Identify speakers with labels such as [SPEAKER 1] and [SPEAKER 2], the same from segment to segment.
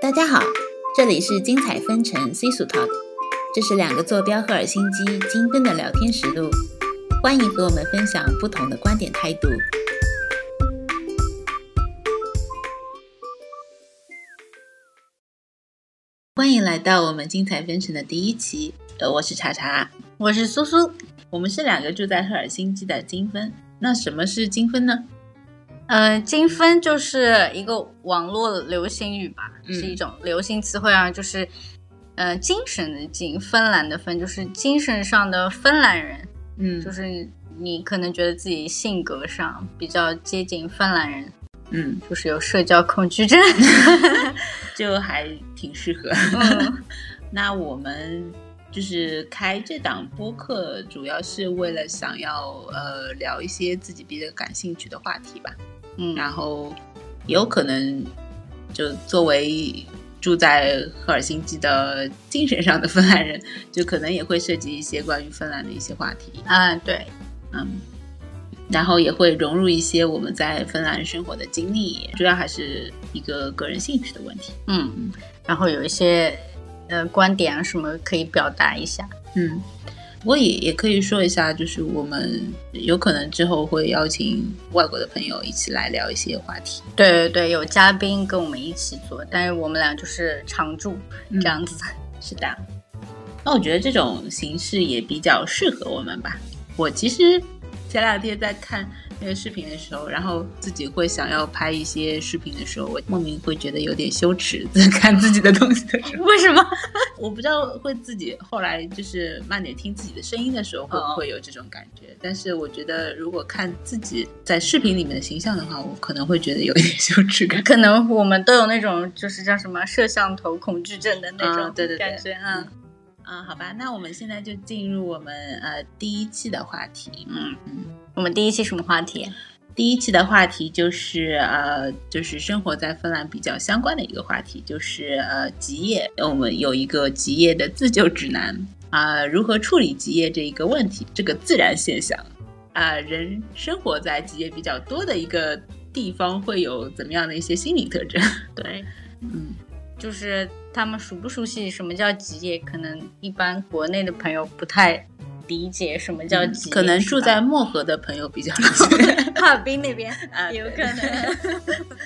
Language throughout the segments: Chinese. [SPEAKER 1] 大家好，这里是精彩纷呈 C 组 Talk，这是两个坐标赫尔辛基精分的聊天实录，欢迎和我们分享不同的观点态度。欢迎来到我们精彩纷呈的第一期，呃，我是查查，我是苏苏，我们是两个住在赫尔辛基的精分。那什么是精分呢？
[SPEAKER 2] 呃，精分就是一个网络流行语吧，
[SPEAKER 1] 嗯
[SPEAKER 2] 是一种流行词汇啊，就是呃精神的精，芬兰的芬，就是精神上的芬兰人，
[SPEAKER 1] 嗯
[SPEAKER 2] 就是你可能觉得自己性格上比较接近芬兰人，
[SPEAKER 1] 嗯，
[SPEAKER 2] 就是有社交恐 惧症。
[SPEAKER 1] 就还挺适合。
[SPEAKER 2] 嗯
[SPEAKER 1] 那我们就是开这档播客，主要是为了想要呃聊一些自己比较感兴趣的话题吧。
[SPEAKER 2] 嗯
[SPEAKER 1] 然后也有可能就作为住在赫尔辛基的精神上的芬兰人，就可能也会涉及一些关于芬兰的一些话题，
[SPEAKER 2] 啊，对，
[SPEAKER 1] 嗯。然后也会融入一些我们在芬兰生活的经历，主要还是一个个人兴趣的问题。
[SPEAKER 2] 嗯，然后有一些呃观点啊什么可以表达一下。
[SPEAKER 1] 嗯，不过也也可以说一下，就是我们有可能之后会邀请外国的朋友一起来聊一些话题，
[SPEAKER 2] 对对对，有嘉宾跟我们一起做，但是我们俩就是常驻
[SPEAKER 1] 嗯
[SPEAKER 2] 这样子。
[SPEAKER 1] 是的。那我觉得这种形式也比较适合我们吧。我其实前两天在看那个视频的时候，然后自己会想要拍一些视频的时候，我莫名会觉得有点羞耻，在看自己的东西的时候，
[SPEAKER 2] 为什么？
[SPEAKER 1] 我不知道会自己后来就是慢点听自己的声音的时候会
[SPEAKER 2] 哦
[SPEAKER 1] 不会有这种感觉。但是我觉得，如果看自己在视频里面的形象的话，我可能会觉得有一点羞耻感。
[SPEAKER 2] 可能我们都有那种就是叫什么摄像头恐惧症的 那种
[SPEAKER 1] 嗯对对对
[SPEAKER 2] 感觉，嗯
[SPEAKER 1] 啊、好吧，那我们现在就进入我们呃第一期的话题。
[SPEAKER 2] 嗯我们第一期什么话题？
[SPEAKER 1] 第一期的话题就是呃，就是生活在芬兰比较相关的一个话题，就是呃极夜。我们有一个极夜的自救指南啊、如何处理极夜这一个问题，这个自然现象啊、人生活在极夜比较多的一个地方会有怎么样的一些心理特征？
[SPEAKER 2] 对，
[SPEAKER 1] 嗯
[SPEAKER 2] 就是他们熟不熟悉什么叫极夜？可能一般国内的朋友不太理解什么叫
[SPEAKER 1] 嗯
[SPEAKER 2] 极夜，
[SPEAKER 1] 可能
[SPEAKER 2] 是
[SPEAKER 1] 住
[SPEAKER 2] 吧
[SPEAKER 1] 在漠河的朋友比较了解。
[SPEAKER 2] 哈尔滨那边
[SPEAKER 1] 啊
[SPEAKER 2] 有可
[SPEAKER 1] 对
[SPEAKER 2] 能。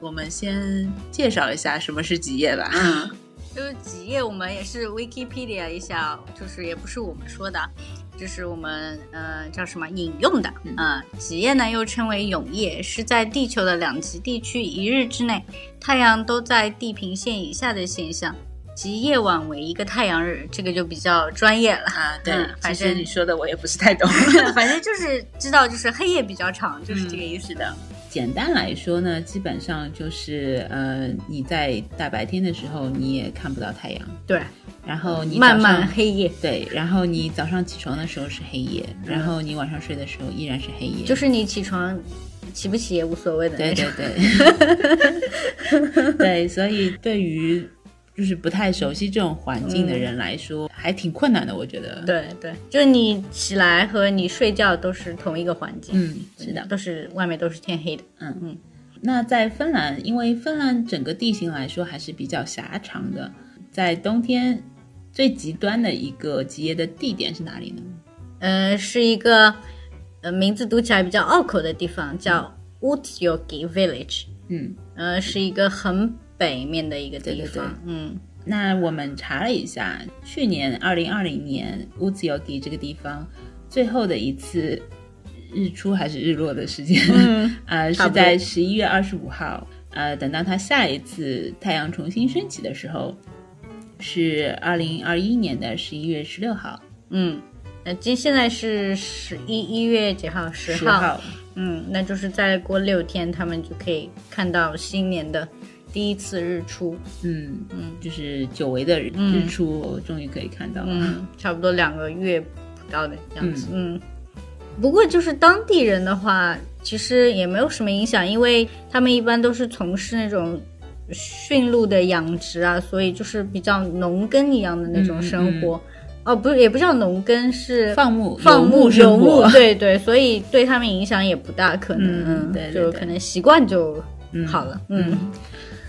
[SPEAKER 1] 我们先介绍一下什么是极夜吧。
[SPEAKER 2] 嗯，就是极夜，我们也是 Wikipedia 一下，就是也不是我们说的，就是我们呃叫什么引用的。
[SPEAKER 1] 嗯
[SPEAKER 2] 嗯、极夜呢又称为永夜，是在地球的两极地区一日之内，太阳都在地平线以下的现象。即夜晚为一个太阳日，这个就比较专业 了。
[SPEAKER 1] 啊，对，
[SPEAKER 2] 嗯
[SPEAKER 1] 其
[SPEAKER 2] 反
[SPEAKER 1] 实
[SPEAKER 2] 正
[SPEAKER 1] 你说的我也不是太懂。
[SPEAKER 2] 反正就是知道，就是黑夜比较长，就是这个意思的。
[SPEAKER 1] 简单来说呢，基本上就是呃，你在大白天的时候你也看不到太阳，
[SPEAKER 2] 对，
[SPEAKER 1] 然后你
[SPEAKER 2] 漫
[SPEAKER 1] 早上
[SPEAKER 2] 漫黑夜，
[SPEAKER 1] 对，然后你早上起床的时候是黑夜，然后你晚上睡的时候依然是黑夜，
[SPEAKER 2] 就是你起床起不起也无所谓的
[SPEAKER 1] 对
[SPEAKER 2] 那种
[SPEAKER 1] 对。 对，对，所以对于就是不太熟悉这种环境的人来说，还挺困难的，我觉得。，
[SPEAKER 2] 对对，就是你起来和你睡觉都是同一个环境，
[SPEAKER 1] 嗯，是的，
[SPEAKER 2] 都是外面都是天黑的。
[SPEAKER 1] 嗯
[SPEAKER 2] 嗯。
[SPEAKER 1] 那在芬兰，因为芬兰整个地形来说还是比较狭长的，在冬天最极端的一个极夜的地点是哪里呢？
[SPEAKER 2] 呃，是一个呃名字读起来比较拗口的地方，叫 Utjoki Village，
[SPEAKER 1] 嗯，
[SPEAKER 2] 呃，是一个很北面的一个
[SPEAKER 1] 对
[SPEAKER 2] 地
[SPEAKER 1] 对对
[SPEAKER 2] 方。嗯，
[SPEAKER 1] 那我们查了一下，去年二零二零年乌兹尤吉这个地方最后的一次日出还是日落的时间，
[SPEAKER 2] 嗯
[SPEAKER 1] 呃，
[SPEAKER 2] 差
[SPEAKER 1] 是
[SPEAKER 2] 不多
[SPEAKER 1] 在十一月二十五号。呃，等到它下一次太阳重新升起的时候，是二零二一年的十一月十六号、
[SPEAKER 2] 嗯，呃，今现在是十一一月几号？十
[SPEAKER 1] 十
[SPEAKER 2] 号。
[SPEAKER 1] 号。
[SPEAKER 2] 嗯，那就是再过六天，他们就可以看到新年的第一次日出。
[SPEAKER 1] 嗯，
[SPEAKER 2] 嗯
[SPEAKER 1] 就是久违的日
[SPEAKER 2] 嗯
[SPEAKER 1] 日出，我终于可以看到了。
[SPEAKER 2] 嗯，差不多两个月不到的样子。嗯，不过就是当地人的话，其实也没有什么影响，因为他们一般都是从事那种驯鹿的养殖啊，所以就是比较农耕一样的那种生活。哦，不是，也不叫农耕，是
[SPEAKER 1] 嗯放牧
[SPEAKER 2] 放
[SPEAKER 1] 游
[SPEAKER 2] 牧
[SPEAKER 1] 牧生活
[SPEAKER 2] 游牧 对对，所以对他们影响也不大，可能、
[SPEAKER 1] 嗯对对
[SPEAKER 2] 就
[SPEAKER 1] 对
[SPEAKER 2] 可能习惯就
[SPEAKER 1] 嗯
[SPEAKER 2] 好了。嗯
[SPEAKER 1] 嗯，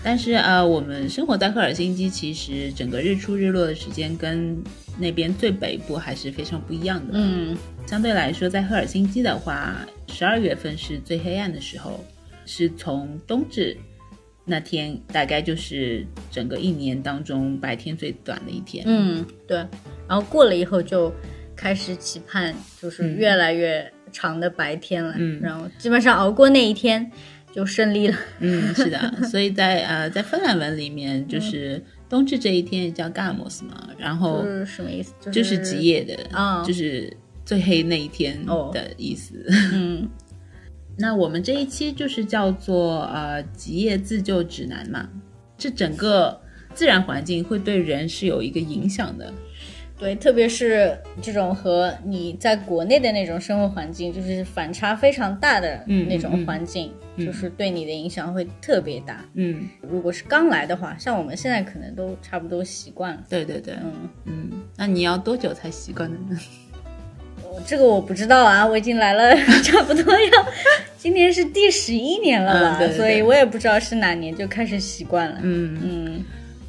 [SPEAKER 1] 但是呃，我们生活在赫尔辛基，其实整个日出日落的时间跟那边最北部还是非常不一样的。
[SPEAKER 2] 嗯，
[SPEAKER 1] 相对来说，在赫尔辛基的话，十二月份是最黑暗的时候，是从冬至那天，大概就是整个一年当中白天最短的一天。
[SPEAKER 2] 嗯，对。然后过了以后就开始期盼，就是越来越长的白天了。
[SPEAKER 1] 嗯
[SPEAKER 2] 然后基本上熬过那一天就胜利了。
[SPEAKER 1] 嗯，是的，所以在呃，在芬兰文里面，就是冬至这一天叫 g a m o s 嘛，然后
[SPEAKER 2] 就是什么意思？
[SPEAKER 1] 就是哦是极。夜的，
[SPEAKER 2] 啊
[SPEAKER 1] 就是最黑那一天
[SPEAKER 2] 哦
[SPEAKER 1] 的意思。
[SPEAKER 2] 嗯
[SPEAKER 1] 那我们这一期就是叫做呃极夜自救指南嘛，这整个自然环境会对人是有一个影响的。
[SPEAKER 2] 对，特别是这种和你在国内的那种生活环境，就是反差非常大的
[SPEAKER 1] 嗯
[SPEAKER 2] 那种
[SPEAKER 1] 嗯
[SPEAKER 2] 环境，
[SPEAKER 1] 嗯
[SPEAKER 2] 就是对你的影响会特别大。
[SPEAKER 1] 嗯，
[SPEAKER 2] 如果是刚来的话，像我们现在可能都差不多习惯了。
[SPEAKER 1] 对对对，
[SPEAKER 2] 嗯，
[SPEAKER 1] 嗯，那你要多久才习惯呢？
[SPEAKER 2] 我哦这个我不知道啊，我已经来了 差不多要，今年是第十一年了
[SPEAKER 1] 嗯
[SPEAKER 2] 吧，
[SPEAKER 1] 对对对
[SPEAKER 2] 所以我也不知道是哪年就开始习惯了。
[SPEAKER 1] 嗯。
[SPEAKER 2] 嗯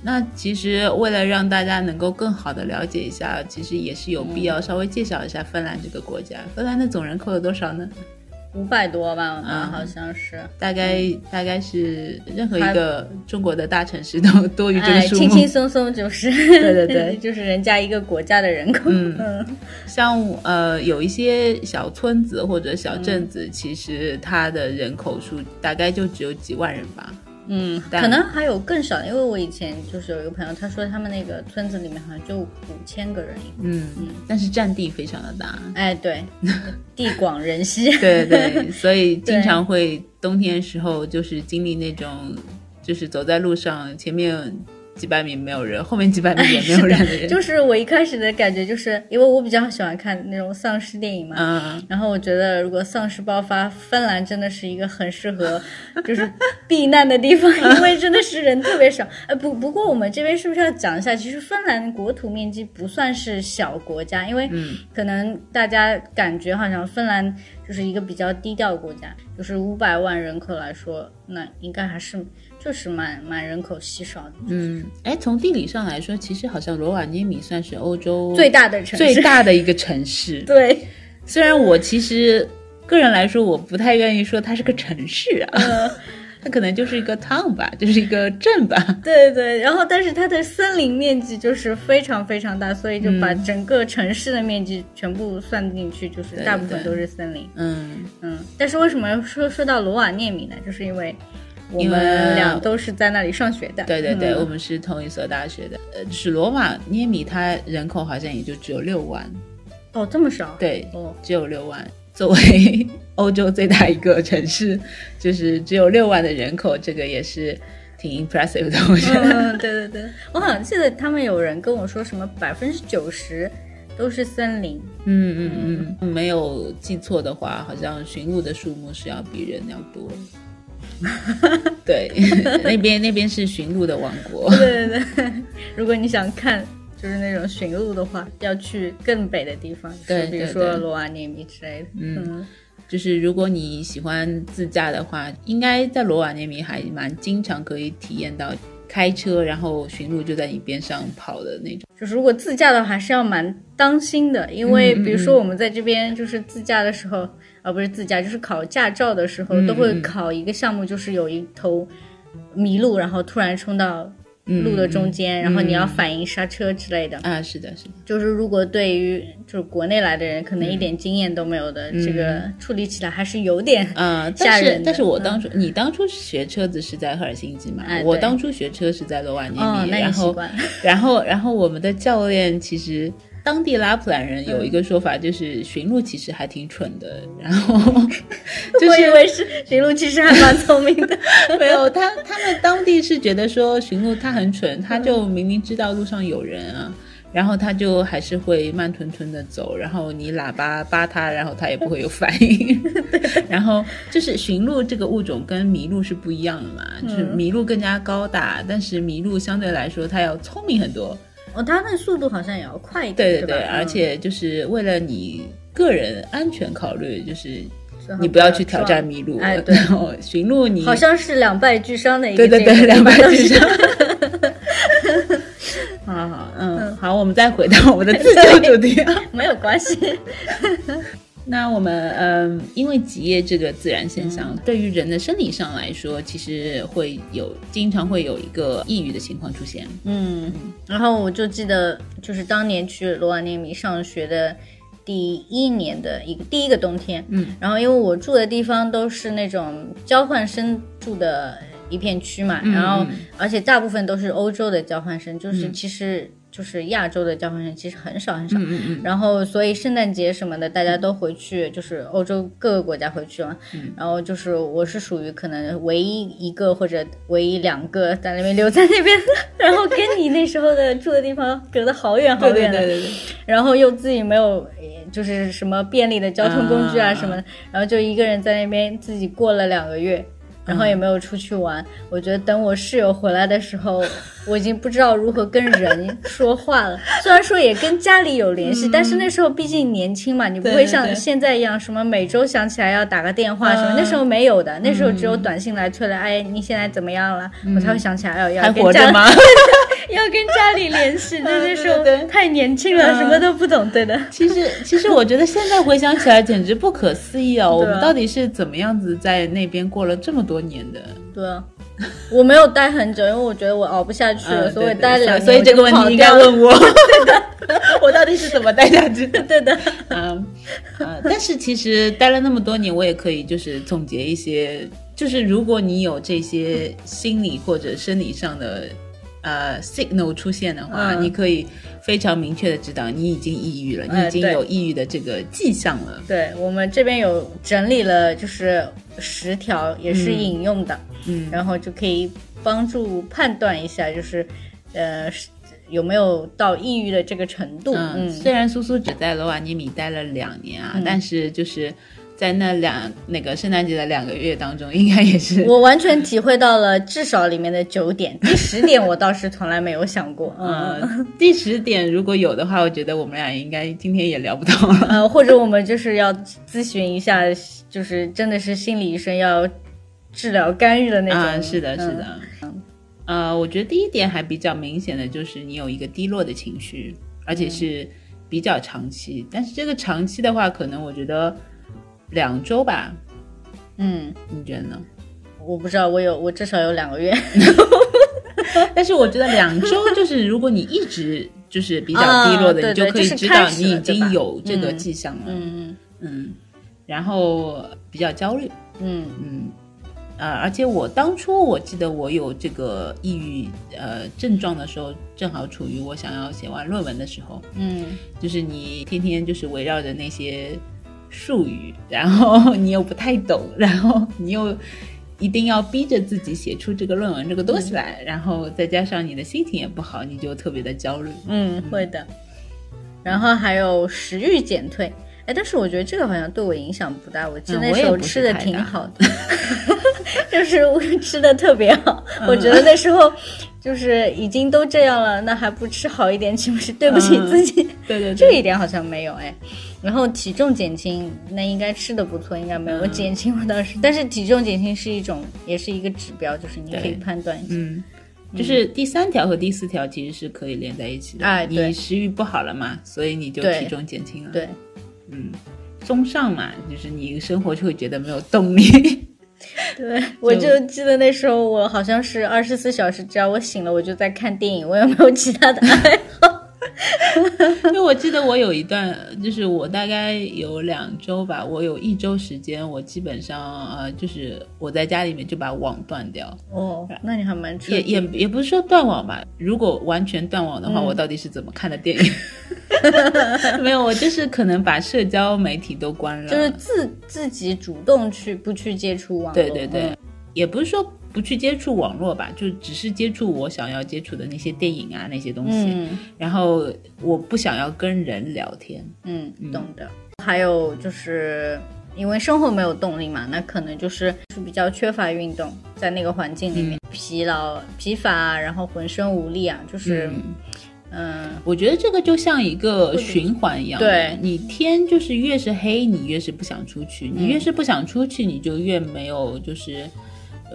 [SPEAKER 1] 那其实为了让大家能够更好的了解一下，其实也是有必
[SPEAKER 2] 嗯
[SPEAKER 1] 要稍微介绍一下芬兰这个国家。芬兰的总人口有多少呢？
[SPEAKER 2] 五百多吧，
[SPEAKER 1] 嗯
[SPEAKER 2] 好像是。
[SPEAKER 1] 大概、
[SPEAKER 2] 嗯
[SPEAKER 1] 大概是任何一个中国的大城市都 多于这个
[SPEAKER 2] 哎，
[SPEAKER 1] 数
[SPEAKER 2] 轻
[SPEAKER 1] 目。
[SPEAKER 2] 轻松松就是，
[SPEAKER 1] 对对对
[SPEAKER 2] 就是人家一个国家的人口。
[SPEAKER 1] 嗯
[SPEAKER 2] 嗯
[SPEAKER 1] 像呃有一些小村子或者小镇
[SPEAKER 2] 嗯
[SPEAKER 1] 子，其实它的人口数大概就只有几万人吧。
[SPEAKER 2] 嗯，
[SPEAKER 1] 但
[SPEAKER 2] 可能还有更少，因为我以前就是有一个朋友，他说他们那个村子里面好像就五千个人。
[SPEAKER 1] 嗯，但是占地非常的大。
[SPEAKER 2] 哎， 对，地广人稀。
[SPEAKER 1] 对对，所以经常会冬天时候就是经历那种，就是走在路上，前面几百米没有人，后面几百米也没有人 的人，
[SPEAKER 2] 就是我一开始的感觉，就是因为我比较喜欢看那种丧尸电影嘛，
[SPEAKER 1] 嗯，
[SPEAKER 2] 然后我觉得如果丧尸爆发，芬兰真的是一个很适合就是避难的地方，因为真的是人特别少。呃，不不过我们这边是不是要讲一下，其实芬兰国土面积不算是小国家，因为
[SPEAKER 1] 嗯
[SPEAKER 2] 可能大家感觉好像芬兰就是一个比较低调的国家，就是五百万人口来说，那应该还是就是蛮蛮人口稀少的，
[SPEAKER 1] 嗯，哎，从地理上来说，其实好像罗瓦涅米算是欧洲
[SPEAKER 2] 最大的城市。
[SPEAKER 1] 最大的一个城 市，
[SPEAKER 2] 对，
[SPEAKER 1] 虽然我其实个人来说，我不太愿意说它是个城市啊， 它可能就是一个 town 吧，就是一个镇吧。
[SPEAKER 2] 对对，然后但是它的森林面积就是非常非常大，所以就
[SPEAKER 1] 嗯
[SPEAKER 2] 把整个城市的面积全部算进去，就是
[SPEAKER 1] 对
[SPEAKER 2] 大部分都是森林。
[SPEAKER 1] 嗯，
[SPEAKER 2] 嗯，但是为什么说说到罗瓦涅米呢？就是因为我
[SPEAKER 1] 因为
[SPEAKER 2] 们俩都是在那里上学的。
[SPEAKER 1] 对对对，
[SPEAKER 2] 嗯
[SPEAKER 1] 我们是同一所大学的。呃，就是罗马涅米，它人口好像也就只有六万，
[SPEAKER 2] 哦，这么少。，
[SPEAKER 1] 对，
[SPEAKER 2] 哦，
[SPEAKER 1] 只有六万。作为欧洲最大一个城市，就是只有六万的人口，这个也是挺 impressive 的， 我觉得。
[SPEAKER 2] 嗯，对对对，我好像记得他们有人跟我说什么百分之九十都是森林。
[SPEAKER 1] 嗯嗯嗯，没有记错的话，好像驯鹿的数目是要比人要多。对， 那边那边是驯鹿的王国。
[SPEAKER 2] 对对对， 如果你想看就是那种驯鹿的话，要去更北的地方，就
[SPEAKER 1] 对
[SPEAKER 2] 是比如
[SPEAKER 1] 对
[SPEAKER 2] 说
[SPEAKER 1] 对
[SPEAKER 2] 罗瓦涅米之类的。嗯
[SPEAKER 1] 嗯就是如果你喜欢自驾的话，应该在罗瓦涅米还蛮经常可以体验到开车，然后驯鹿就在你边上跑的那种。
[SPEAKER 2] 就是如果自驾的话，还是要蛮当心的，因为
[SPEAKER 1] 嗯嗯
[SPEAKER 2] 比如说我们在这边就是自驾的时候，啊、不是自驾，就是考驾照的时候，
[SPEAKER 1] 嗯
[SPEAKER 2] 都会
[SPEAKER 1] 嗯
[SPEAKER 2] 考一个项目，就是有一头麋鹿，然后突然冲到路的中
[SPEAKER 1] 嗯
[SPEAKER 2] 间，然后你要反应刹车之类的。
[SPEAKER 1] 啊，是的，是的，
[SPEAKER 2] 就是如果对于就是国内来的人，可能一点经验都没有的，
[SPEAKER 1] 嗯
[SPEAKER 2] 这个处理起来还是有点
[SPEAKER 1] 啊，
[SPEAKER 2] 吓
[SPEAKER 1] 但
[SPEAKER 2] 人
[SPEAKER 1] 是
[SPEAKER 2] 的嗯
[SPEAKER 1] 但是我当初、你当初学车子是在赫尔辛基嘛？
[SPEAKER 2] 哎
[SPEAKER 1] 我
[SPEAKER 2] 对
[SPEAKER 1] 当初学车是在罗瓦涅米，
[SPEAKER 2] 哦，那
[SPEAKER 1] 然
[SPEAKER 2] 你习
[SPEAKER 1] 后
[SPEAKER 2] 惯了。
[SPEAKER 1] 然后，然后我们的教练其实当地拉普兰人有
[SPEAKER 2] 嗯
[SPEAKER 1] 一个说法，就是驯鹿其实还挺蠢的。然后 就
[SPEAKER 2] 我以
[SPEAKER 1] 是
[SPEAKER 2] 为是驯鹿，其实还蛮聪明的。
[SPEAKER 1] 没有他，他们当地是觉得说驯鹿它很蠢，它就明明知道路上有人啊。然后它就还是会慢吞吞的走，然后你喇叭扒它，然后它也不会有反 应。然后就是驯鹿这个物种跟麋鹿是不一样的嘛，就是麋鹿更加高大，但是麋鹿相对来说它要聪明很多。
[SPEAKER 2] 哦，它那速度好像也要快一点，
[SPEAKER 1] 对对对，
[SPEAKER 2] 对吧嗯
[SPEAKER 1] 而且就是为了你个人安全考虑，就是你不要去挑战麋鹿。
[SPEAKER 2] 哎，对，
[SPEAKER 1] 然后驯鹿你
[SPEAKER 2] 好像是两败俱伤的一
[SPEAKER 1] 对
[SPEAKER 2] 个、这
[SPEAKER 1] 对
[SPEAKER 2] 个，
[SPEAKER 1] 对，两败俱
[SPEAKER 2] 一般
[SPEAKER 1] 伤
[SPEAKER 2] 都是。
[SPEAKER 1] 好好，嗯，好，我们再回到我们的自救主题。
[SPEAKER 2] 没有关系。
[SPEAKER 1] 那我们嗯，因为极夜这个自然现象，
[SPEAKER 2] 嗯
[SPEAKER 1] 对于人的生理上来说，其实会有经常会有一个抑郁的情况出现。
[SPEAKER 2] 嗯，然后我就记得，就是当年去罗瓦涅米上学的第一年的一个第一个冬天，
[SPEAKER 1] 嗯，
[SPEAKER 2] 然后因为我住的地方都是那种交换生住的一片区嘛，
[SPEAKER 1] 嗯
[SPEAKER 2] 然后
[SPEAKER 1] 嗯
[SPEAKER 2] 而且大部分都是欧洲的交换生，就是
[SPEAKER 1] 嗯
[SPEAKER 2] 其实就是亚洲的交换生其实很少很少，
[SPEAKER 1] 嗯嗯嗯，
[SPEAKER 2] 然后所以圣诞节什么的，大家都回去，就是欧洲各个国家回去嘛。
[SPEAKER 1] 嗯
[SPEAKER 2] 然后就是我是属于可能唯一一个或者唯一两个在那边留在那边，然后跟你那时候的住的地方隔得好远好
[SPEAKER 1] 对
[SPEAKER 2] 远的，
[SPEAKER 1] 对对对对，
[SPEAKER 2] 然后又自己没有呃就是什么便利的交通工具啊
[SPEAKER 1] 嗯
[SPEAKER 2] 什么的，然后就一个人在那边自己过了两个月。然
[SPEAKER 1] 嗯
[SPEAKER 2] 后也没有出去玩，我觉得等我室友回来的时候，我已经不知道如何跟人说话了。虽然说也跟家里有联系，但是那时候毕竟年轻嘛，你不
[SPEAKER 1] 对
[SPEAKER 2] 会
[SPEAKER 1] 对对
[SPEAKER 2] 像现在一样什么每周想起来要打个电话什么，
[SPEAKER 1] 嗯
[SPEAKER 2] 那时候没有的。那时候只有短信来催了，哎，你现在怎么样了？我才会想起来，哦，
[SPEAKER 1] 嗯
[SPEAKER 2] 要
[SPEAKER 1] 还
[SPEAKER 2] 跟
[SPEAKER 1] 活
[SPEAKER 2] 家
[SPEAKER 1] 着 吗？
[SPEAKER 2] 要跟家里联 系，那那时候
[SPEAKER 1] 对对对
[SPEAKER 2] 太年轻了，
[SPEAKER 1] 嗯
[SPEAKER 2] 什么都不懂，对的。
[SPEAKER 1] 其实，其实我觉得现在回想起来简直不可思议哦！我
[SPEAKER 2] 对啊
[SPEAKER 1] 们到底是怎么样子在那边过了这么多年的？
[SPEAKER 2] 对啊，我没有待很久，因为我觉得我熬不下去了，
[SPEAKER 1] 嗯
[SPEAKER 2] 所以我
[SPEAKER 1] 对对
[SPEAKER 2] 待了两年
[SPEAKER 1] 所以这个问题应该问
[SPEAKER 2] 我
[SPEAKER 1] 我。我到底是怎么待下去的？
[SPEAKER 2] 就跑掉了。对的，
[SPEAKER 1] 嗯，呃，但是其实待了那么多年，我也可以就是总结一些，就是如果你有这些心理或者生理上的呃 signal 出现的话，
[SPEAKER 2] 嗯
[SPEAKER 1] 你可以非常明确的知道你已经抑郁了，你
[SPEAKER 2] 哎
[SPEAKER 1] 已经
[SPEAKER 2] 对
[SPEAKER 1] 有抑郁的这个迹象了。
[SPEAKER 2] 对我们这边有整理了，就是十条，也是引用的，
[SPEAKER 1] 嗯
[SPEAKER 2] 然后就可以帮助判断一下，就是呃是有没有到抑郁的这个程度。
[SPEAKER 1] 嗯，
[SPEAKER 2] 嗯，
[SPEAKER 1] 虽然苏苏只在罗瓦涅米待了两年啊，但是就是在那两那个圣诞节的两个月当中，应该也是
[SPEAKER 2] 我完全体会到了至少里面的九点，第十点我倒是从来没有想过。 嗯。
[SPEAKER 1] 呃第十点，如果有的话，我觉得我们俩应该今天也聊不到了。
[SPEAKER 2] 呃，或者我们就是要咨询一下，就是真的是心理医生要治疗干预的那种。
[SPEAKER 1] 啊，是的，
[SPEAKER 2] 嗯
[SPEAKER 1] 是。的。呃，我觉得第一点还比较明显的就是你有一个低落的情绪，而
[SPEAKER 2] 嗯
[SPEAKER 1] 且是比较长期。但是这个长期的话，可能我觉得两周吧，
[SPEAKER 2] 嗯，
[SPEAKER 1] 你觉得 呢？
[SPEAKER 2] 我不知道，我有我至少有两个月。
[SPEAKER 1] 但是我觉得两周就是，如果你一直就是比较低落的，你
[SPEAKER 2] 啊对
[SPEAKER 1] 就可以
[SPEAKER 2] 对
[SPEAKER 1] 知道
[SPEAKER 2] 就是开始
[SPEAKER 1] 你
[SPEAKER 2] 了
[SPEAKER 1] 已经有这个迹象了。
[SPEAKER 2] 嗯
[SPEAKER 1] 嗯然后比较焦虑，
[SPEAKER 2] 嗯
[SPEAKER 1] 嗯，呃，而且我当初我记得我有这个抑郁呃症状的时候，正好处于我想要写完论文的时候，
[SPEAKER 2] 嗯
[SPEAKER 1] 就是你天天就是围绕着那些术语，然后你又不太懂，然后你又一定要逼着自己写出这个论文这个东西来，然后再加上你的心情也不好，你就特别的焦虑。
[SPEAKER 2] 嗯，会的。然后还有食欲减退，哎，但是我觉得这个好像对我影响不大。我记得
[SPEAKER 1] 嗯
[SPEAKER 2] 那
[SPEAKER 1] 我也
[SPEAKER 2] 时候
[SPEAKER 1] 不是
[SPEAKER 2] 吃的
[SPEAKER 1] 太
[SPEAKER 2] 挺
[SPEAKER 1] 大
[SPEAKER 2] 好 的，就是我 吃的特别好。
[SPEAKER 1] 嗯
[SPEAKER 2] 我觉得那时候就是已经都这样了，那还不吃好一点，岂不是对不起
[SPEAKER 1] 嗯
[SPEAKER 2] 自己？
[SPEAKER 1] 对对
[SPEAKER 2] 这一点好像没有哎。然后体重减轻，那应该吃的不错，应该没有、我
[SPEAKER 1] 嗯
[SPEAKER 2] 减轻。我当时，但是体重减轻是一种，也是一个指标，就是你可
[SPEAKER 1] 对
[SPEAKER 2] 以判断一下。
[SPEAKER 1] 嗯，就是第三条和第四条其实是可以连在一起的。
[SPEAKER 2] 哎对
[SPEAKER 1] 你食欲不好了嘛，所以你就
[SPEAKER 2] 对
[SPEAKER 1] 体重减轻了。，
[SPEAKER 2] 对，
[SPEAKER 1] 嗯，综上嘛，就是你生活就会觉得没有动力。
[SPEAKER 2] 对，我就记得那时候我好像是二十四小时，只要我醒了，我就在看电影，我也没有其他的爱。
[SPEAKER 1] 因为我记得我有一段，就是我大概有两周吧，我有一周时间，我基本上呃，就是我在家里面就把网断掉，
[SPEAKER 2] 哦，那你还蛮彻
[SPEAKER 1] 也
[SPEAKER 2] 底。
[SPEAKER 1] 也也不是说断网吧。如果完全断网的话，
[SPEAKER 2] 嗯
[SPEAKER 1] 我到底是怎么看的 电影？没有，我就是可能把社交媒体都关了，
[SPEAKER 2] 就是自自己主动去不去接触网络，
[SPEAKER 1] 对对对，
[SPEAKER 2] 嗯
[SPEAKER 1] 也不是说不去接触网络吧，就只是接触我想要接触的那些电影啊那些东西，
[SPEAKER 2] 嗯
[SPEAKER 1] 然后我不想要跟人聊天。
[SPEAKER 2] 嗯，懂的。还有就是因为生活没有动力嘛，那可能就是是比较缺乏运动，在那个环境里面、疲劳、疲乏啊，然后浑身无力啊，就是
[SPEAKER 1] 嗯
[SPEAKER 2] 嗯，
[SPEAKER 1] 我觉得这个就像一个循环一样，
[SPEAKER 2] 对嗯
[SPEAKER 1] 你天就是越是黑，你越是不想出去，你越是不想出去，你就越没有就是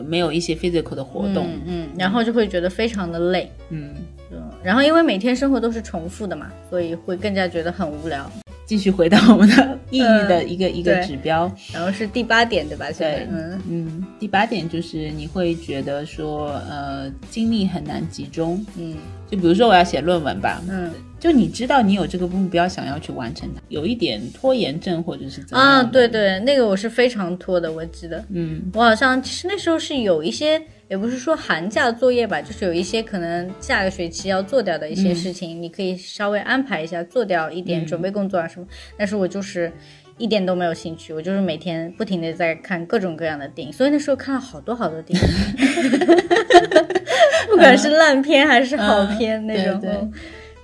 [SPEAKER 1] 没有一些 physical 的活动，
[SPEAKER 2] 嗯嗯，然后就会觉得非常的累，
[SPEAKER 1] 嗯，
[SPEAKER 2] 嗯，然后因为每天生活都是重复的嘛，所以会更加觉得很无聊。
[SPEAKER 1] 继续回到我们 的意义的一个、一个
[SPEAKER 2] 嗯对
[SPEAKER 1] 指标，
[SPEAKER 2] 然后是第八点对吧？现在
[SPEAKER 1] 对
[SPEAKER 2] 嗯
[SPEAKER 1] 嗯，第八点就是你会觉得说，呃，精力很难集中，
[SPEAKER 2] 嗯
[SPEAKER 1] 就比如说我要写论文吧，
[SPEAKER 2] 嗯
[SPEAKER 1] 就你知道你有这个目标想要去完成它，有一点拖延症或者是怎么样
[SPEAKER 2] 啊，
[SPEAKER 1] 的
[SPEAKER 2] 对，对，那个我是非常拖的，我记得
[SPEAKER 1] 嗯
[SPEAKER 2] 我好像其实那时候是有一些，也不是说寒假作业吧，就是有一些可能下个学期要做掉的一些事情，你可以稍微安排一下，做掉一
[SPEAKER 1] 嗯
[SPEAKER 2] 点准备工作啊什么。但是我就是一点都没有兴趣，我就是每天不停的在看各种各样的电影，所以那时候看了好多好多电影， 不管是烂片还是好片、
[SPEAKER 1] 嗯
[SPEAKER 2] 那种。
[SPEAKER 1] 对对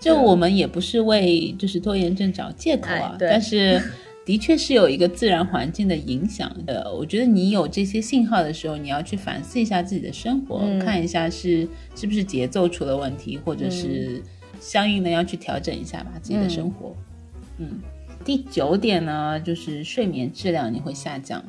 [SPEAKER 1] 就我们也不是为就是拖延症找借口啊
[SPEAKER 2] 哎，对
[SPEAKER 1] 但 是的确是有一个自然环境的影响的。我觉得你有这些信号的时候，你要去反思一下自己的生活，
[SPEAKER 2] 嗯
[SPEAKER 1] 看一下是是不是节奏出了问题，或者是相应的要去调整一下吧自己的生活。嗯，第九点呢，就是睡眠质量你会下降。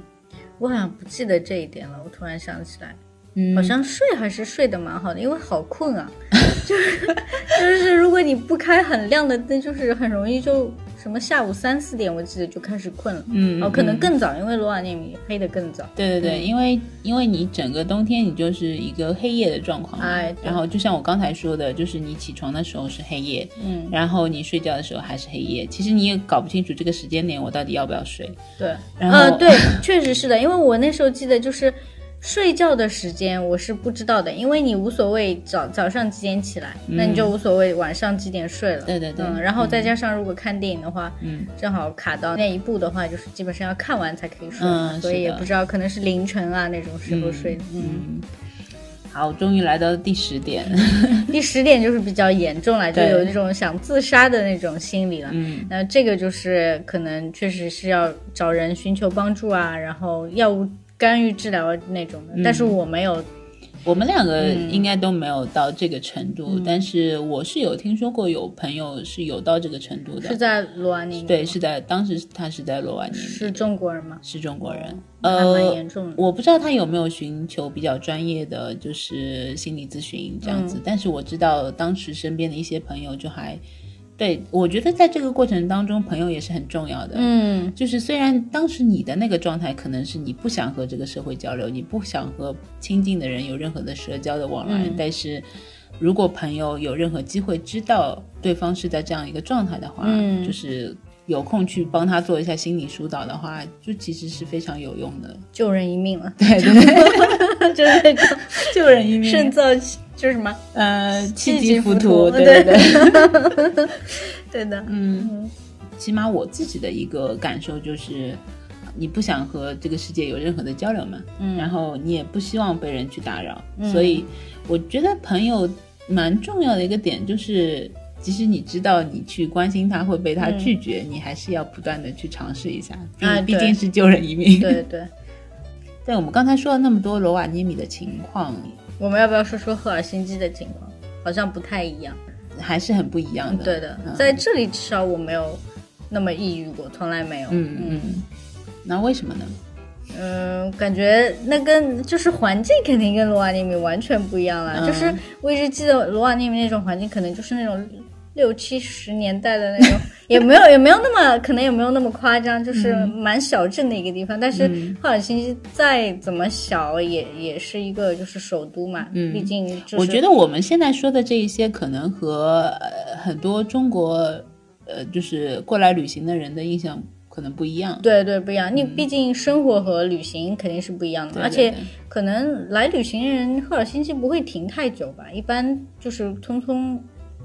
[SPEAKER 2] 我好像不记得这一点了，我突然想起来。
[SPEAKER 1] 嗯
[SPEAKER 2] 好像睡还是睡得蛮好的，因为好困啊， 就是就是如果你不开很亮的灯，就是很容易就什么下午三四点我记得就开始困了，
[SPEAKER 1] 嗯
[SPEAKER 2] 哦可能
[SPEAKER 1] 嗯
[SPEAKER 2] 更早，因为罗瓦涅米黑的更早，
[SPEAKER 1] 对对对，
[SPEAKER 2] 嗯
[SPEAKER 1] 因为因为你整个冬天你就是一个黑夜的状况嘛，
[SPEAKER 2] 哎对
[SPEAKER 1] 然后就像我刚才说的，就是你起床的时候是黑夜，
[SPEAKER 2] 嗯
[SPEAKER 1] 然后你睡觉的时候还是黑夜，其实你也搞不清楚这个时间点我到底要不要睡。
[SPEAKER 2] 对，
[SPEAKER 1] 然后
[SPEAKER 2] 呃对，确实是的，因为我那时候记得就是。睡觉的时间我是不知道的，因为你无所谓早早上几点起来，那你就无所谓晚上几点睡了。
[SPEAKER 1] 嗯对对对
[SPEAKER 2] 嗯，然后再加上如果看电影的话，
[SPEAKER 1] 嗯，
[SPEAKER 2] 正好卡到那一部的话，就是基本上要看完才可以睡，
[SPEAKER 1] 嗯
[SPEAKER 2] 所以
[SPEAKER 1] 是
[SPEAKER 2] 也
[SPEAKER 1] 的
[SPEAKER 2] 不知道可能是凌晨啊那种时候睡的。嗯，
[SPEAKER 1] 嗯，好，终于来到第十点，
[SPEAKER 2] 第十点就是比较严重了，就
[SPEAKER 1] 嗯对
[SPEAKER 2] 有那种想自杀的那种心理了。
[SPEAKER 1] 嗯
[SPEAKER 2] 那这个就是可能确实是要找人寻求帮助啊，然后药物干预治疗那种
[SPEAKER 1] 嗯
[SPEAKER 2] 的。但是我没有，
[SPEAKER 1] 我们两个
[SPEAKER 2] 嗯
[SPEAKER 1] 应该都没有到这个程度，但是我是有听说过有朋友是有到这个程度
[SPEAKER 2] 是
[SPEAKER 1] 的，
[SPEAKER 2] 在罗安尼，
[SPEAKER 1] 对，是在当时他是在罗瓦涅米，
[SPEAKER 2] 是中国人吗？
[SPEAKER 1] 是中国人，
[SPEAKER 2] 还
[SPEAKER 1] 呃，
[SPEAKER 2] 蛮严重的。
[SPEAKER 1] 我不知道他有没有寻求比较专业的，就是心理咨询这
[SPEAKER 2] 嗯
[SPEAKER 1] 样子，但是我知道当时身边的一些朋友就还，对我觉得在这个过程当中，朋友也是很重要的。
[SPEAKER 2] 嗯，
[SPEAKER 1] 就是虽然当时你的那个状态可能是你不想和这个社会交流，你不想和亲近的人有任何的社交的往来，
[SPEAKER 2] 嗯
[SPEAKER 1] 但是如果朋友有任何机会知道对方是在这样一个状态的话，
[SPEAKER 2] 嗯
[SPEAKER 1] 就是有空去帮他做一下心理疏导的话，就其实是非常有用的。
[SPEAKER 2] 救人一命了，
[SPEAKER 1] 对对对。
[SPEAKER 2] 就是那种
[SPEAKER 1] 救人一命，
[SPEAKER 2] 胜造就是什么。
[SPEAKER 1] 呃
[SPEAKER 2] 气
[SPEAKER 1] 气
[SPEAKER 2] 急
[SPEAKER 1] 急
[SPEAKER 2] 浮
[SPEAKER 1] 浮
[SPEAKER 2] 屠
[SPEAKER 1] 屠，对
[SPEAKER 2] 对
[SPEAKER 1] 对，
[SPEAKER 2] 对的，
[SPEAKER 1] 嗯，起码我自己的一个感受就是，你不想和这个世界有任何的交流嘛，
[SPEAKER 2] 嗯
[SPEAKER 1] 然后你也不希望被人去打扰，所以我觉得朋友蛮重要的一个点就是。即使你知道你去关心他会被他拒绝，你还是要不断的去尝试一下，毕
[SPEAKER 2] 哎
[SPEAKER 1] 毕
[SPEAKER 2] 嗯对
[SPEAKER 1] 竟是救人一命。
[SPEAKER 2] 对对。
[SPEAKER 1] 对我们刚才说了那么多罗瓦涅米的情况，
[SPEAKER 2] 我们要不要说说赫尔辛基的情况？好像不太一样。
[SPEAKER 1] 还是很不一样的。
[SPEAKER 2] 对的，
[SPEAKER 1] 嗯
[SPEAKER 2] 在这里至少我没有那么抑郁过，从来没有。
[SPEAKER 1] 嗯嗯，那为什么呢？
[SPEAKER 2] 嗯，感觉那跟就是环境肯定跟罗瓦涅米完全不一样了。
[SPEAKER 1] 嗯
[SPEAKER 2] 就是我一直记得罗瓦涅米那种环境，可能就是那种六七十年代 的那种，也没有也没有那么可能也没有那么夸张，就是
[SPEAKER 1] 嗯
[SPEAKER 2] 蛮小镇的一个地方。但是赫尔辛基再怎么小，也也是一个就是首都嘛，毕竟就是
[SPEAKER 1] 嗯我觉得我们现在说的这一些，可能和呃很多中国呃就是过来旅行的人的印象可能不一样。
[SPEAKER 2] 对对，不一样。你毕竟生活和旅行肯定是不一样
[SPEAKER 1] 嗯
[SPEAKER 2] 的，
[SPEAKER 1] 对
[SPEAKER 2] 而
[SPEAKER 1] 对
[SPEAKER 2] 且
[SPEAKER 1] 对
[SPEAKER 2] 可能来旅行的人赫尔辛基不会停太久吧，一般就是匆匆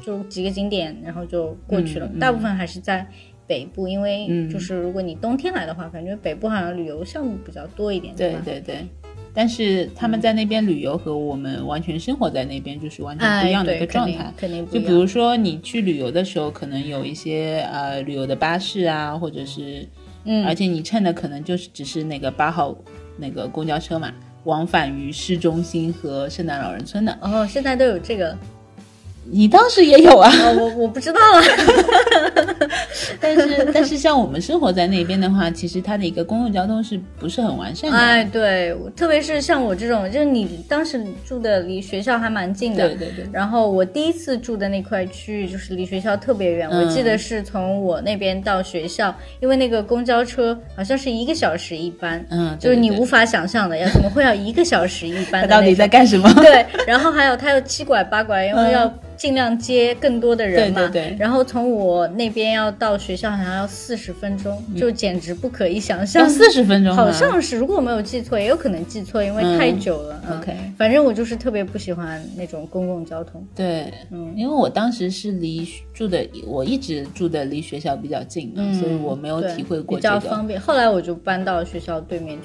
[SPEAKER 2] 就几个景点，然后就过去了。
[SPEAKER 1] 嗯嗯
[SPEAKER 2] 大部分还是在北部，因为
[SPEAKER 1] 嗯
[SPEAKER 2] 就是如果你冬天来的话，感觉北部好像旅游项目比较多一点，
[SPEAKER 1] 对
[SPEAKER 2] 吧？
[SPEAKER 1] 对对。但是他们在那边旅游和我们完全生活在那边就是完全
[SPEAKER 2] 哎，
[SPEAKER 1] 不一样的
[SPEAKER 2] 对
[SPEAKER 1] 一个状态。
[SPEAKER 2] 肯定肯定不
[SPEAKER 1] 就
[SPEAKER 2] 一
[SPEAKER 1] 比
[SPEAKER 2] 样。
[SPEAKER 1] 如说你去旅游的时候，可能有一些呃旅游的巴士啊，或者是，
[SPEAKER 2] 嗯
[SPEAKER 1] 而且你乘的可能就是只是那个八号那个公交车嘛，往返于市中心和圣诞老人村的。
[SPEAKER 2] 哦，现在都有这个，
[SPEAKER 1] 你当时也有啊，
[SPEAKER 2] 哦、我我不知道啊。
[SPEAKER 1] 但是但是像我们生活在那边的话，其实它的一个公共交通是不是很完善的？
[SPEAKER 2] 哎，对，特别是像我这种，就是你当时住的离学校还蛮近的，
[SPEAKER 1] 对对对。
[SPEAKER 2] 然后我第一次住的那块区域就是离学校特别远，
[SPEAKER 1] 嗯
[SPEAKER 2] 我记得是从我那边到学校，因为那个公交车好像是一个小时一班，
[SPEAKER 1] 嗯，
[SPEAKER 2] 就是你无
[SPEAKER 1] 无
[SPEAKER 2] 法想象的，要怎么会要一个小时一
[SPEAKER 1] 他
[SPEAKER 2] 班的那种？
[SPEAKER 1] 到底在干什么？
[SPEAKER 2] 对， 然后还有他要七拐八拐，因
[SPEAKER 1] 嗯
[SPEAKER 2] 为要尽量接更多的人嘛。
[SPEAKER 1] 对对对
[SPEAKER 2] 然后从我那边要到学校好像要四十分钟，就简直不可以想
[SPEAKER 1] 嗯
[SPEAKER 2] 象
[SPEAKER 1] 要。四十分钟吗，啊
[SPEAKER 2] 好像是，如果我没有记错，也有可能记错，因为
[SPEAKER 1] 嗯
[SPEAKER 2] 太久了。嗯
[SPEAKER 1] OK
[SPEAKER 2] 反正我就是特别不喜欢那种公共交通。
[SPEAKER 1] 对，
[SPEAKER 2] 嗯
[SPEAKER 1] 因为我当时是离住的，我一直住的离学校比较近的，
[SPEAKER 2] 嗯，
[SPEAKER 1] 所以我没有
[SPEAKER 2] 对
[SPEAKER 1] 体会过
[SPEAKER 2] 比
[SPEAKER 1] 这
[SPEAKER 2] 较
[SPEAKER 1] 个。
[SPEAKER 2] 方便。后来我就搬到学校对面去。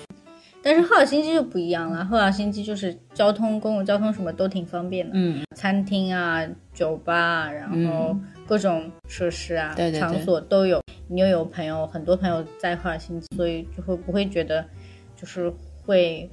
[SPEAKER 2] 但是赫尔辛基就不一样了，赫尔辛基就是交通、公共交通什么都挺方便的。
[SPEAKER 1] 嗯，
[SPEAKER 2] 餐厅啊、酒吧啊，然后
[SPEAKER 1] 嗯
[SPEAKER 2] 各种设施啊、
[SPEAKER 1] 对对对
[SPEAKER 2] 场所都有。你又有朋友，很多朋友在赫尔辛基，所以就会不会觉得就是会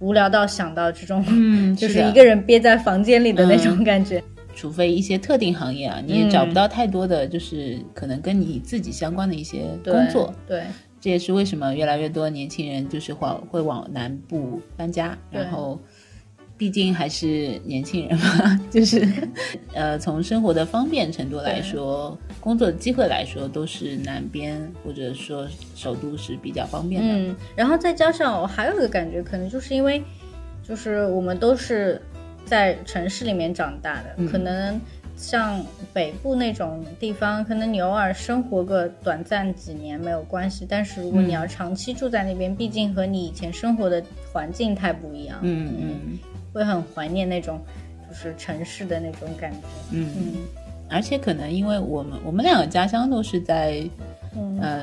[SPEAKER 2] 无聊到想到这种，
[SPEAKER 1] 嗯
[SPEAKER 2] 就是
[SPEAKER 1] 是的嗯
[SPEAKER 2] 一个人憋在房间里的那种感觉。
[SPEAKER 1] 除非一些特定行业啊，你
[SPEAKER 2] 嗯
[SPEAKER 1] 也找不到太多的，就是可能跟你自己相关的一些
[SPEAKER 2] 对
[SPEAKER 1] 工作。
[SPEAKER 2] 对
[SPEAKER 1] 这也是为什么越来越多年轻人就是往会往南部搬家，
[SPEAKER 2] 对
[SPEAKER 1] 然后。毕竟还是年轻人嘛， 就是，呃，从生活的方便程度来说，工作机会来说，都是南边或者说首都是比较方便的。
[SPEAKER 2] 嗯，然后再加上我还有一个感觉，可能就是因为，就是我们都是在城市里面长大的，
[SPEAKER 1] 嗯
[SPEAKER 2] 可能像北部那种地方，可能你偶尔生活个短暂几年没有关系，但是如果你要长期住在那边，毕竟和你以前生活的环境太不一样，
[SPEAKER 1] 嗯嗯
[SPEAKER 2] 会很怀念那种就是城市的那种感觉。
[SPEAKER 1] 嗯嗯，
[SPEAKER 2] 嗯
[SPEAKER 1] 而且可能因为我们我们两个家乡都是在
[SPEAKER 2] 嗯，
[SPEAKER 1] 呃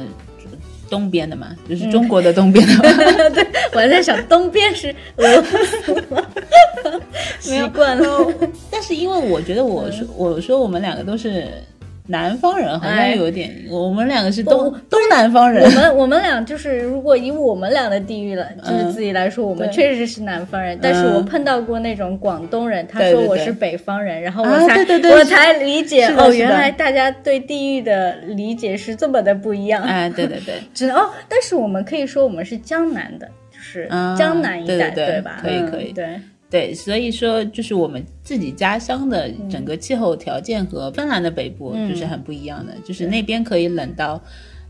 [SPEAKER 1] 东边的嘛，就是中国的东边的嘛，
[SPEAKER 2] 我还在想东边是俄罗斯吗？
[SPEAKER 1] 没
[SPEAKER 2] 习
[SPEAKER 1] 有
[SPEAKER 2] 惯嗯了。
[SPEAKER 1] 但是因为我觉得我说、我说我们两个都是南方人，好像
[SPEAKER 2] 哎
[SPEAKER 1] 有点，我们两个是东
[SPEAKER 2] 我
[SPEAKER 1] 东南方
[SPEAKER 2] 我
[SPEAKER 1] 人。
[SPEAKER 2] 们我们俩就是，如果以我们俩的地域来，就是自己来说，我们
[SPEAKER 1] 嗯对嗯
[SPEAKER 2] 确实是南方人。但是我碰到过那种广东人，他说
[SPEAKER 1] 对对
[SPEAKER 2] 我
[SPEAKER 1] 对
[SPEAKER 2] 是北方人，然后
[SPEAKER 1] 啊
[SPEAKER 2] 我才
[SPEAKER 1] 对对对
[SPEAKER 2] 我
[SPEAKER 1] 是
[SPEAKER 2] 才理解
[SPEAKER 1] 是的
[SPEAKER 2] 哦，
[SPEAKER 1] 是的
[SPEAKER 2] 原来大家对地域的理解是这么的不一样。
[SPEAKER 1] 哎，对对对，
[SPEAKER 2] 只能哦，但是我们可以说我们是江南的，就是
[SPEAKER 1] 啊
[SPEAKER 2] 江南一带，
[SPEAKER 1] 对对对
[SPEAKER 2] 吧？
[SPEAKER 1] 可以
[SPEAKER 2] 嗯
[SPEAKER 1] 可以
[SPEAKER 2] 对，
[SPEAKER 1] 对，所以说就是我们自己家乡的整个气候条件和芬兰的北部
[SPEAKER 2] 嗯
[SPEAKER 1] 就是很不一样的，就是那边可以冷到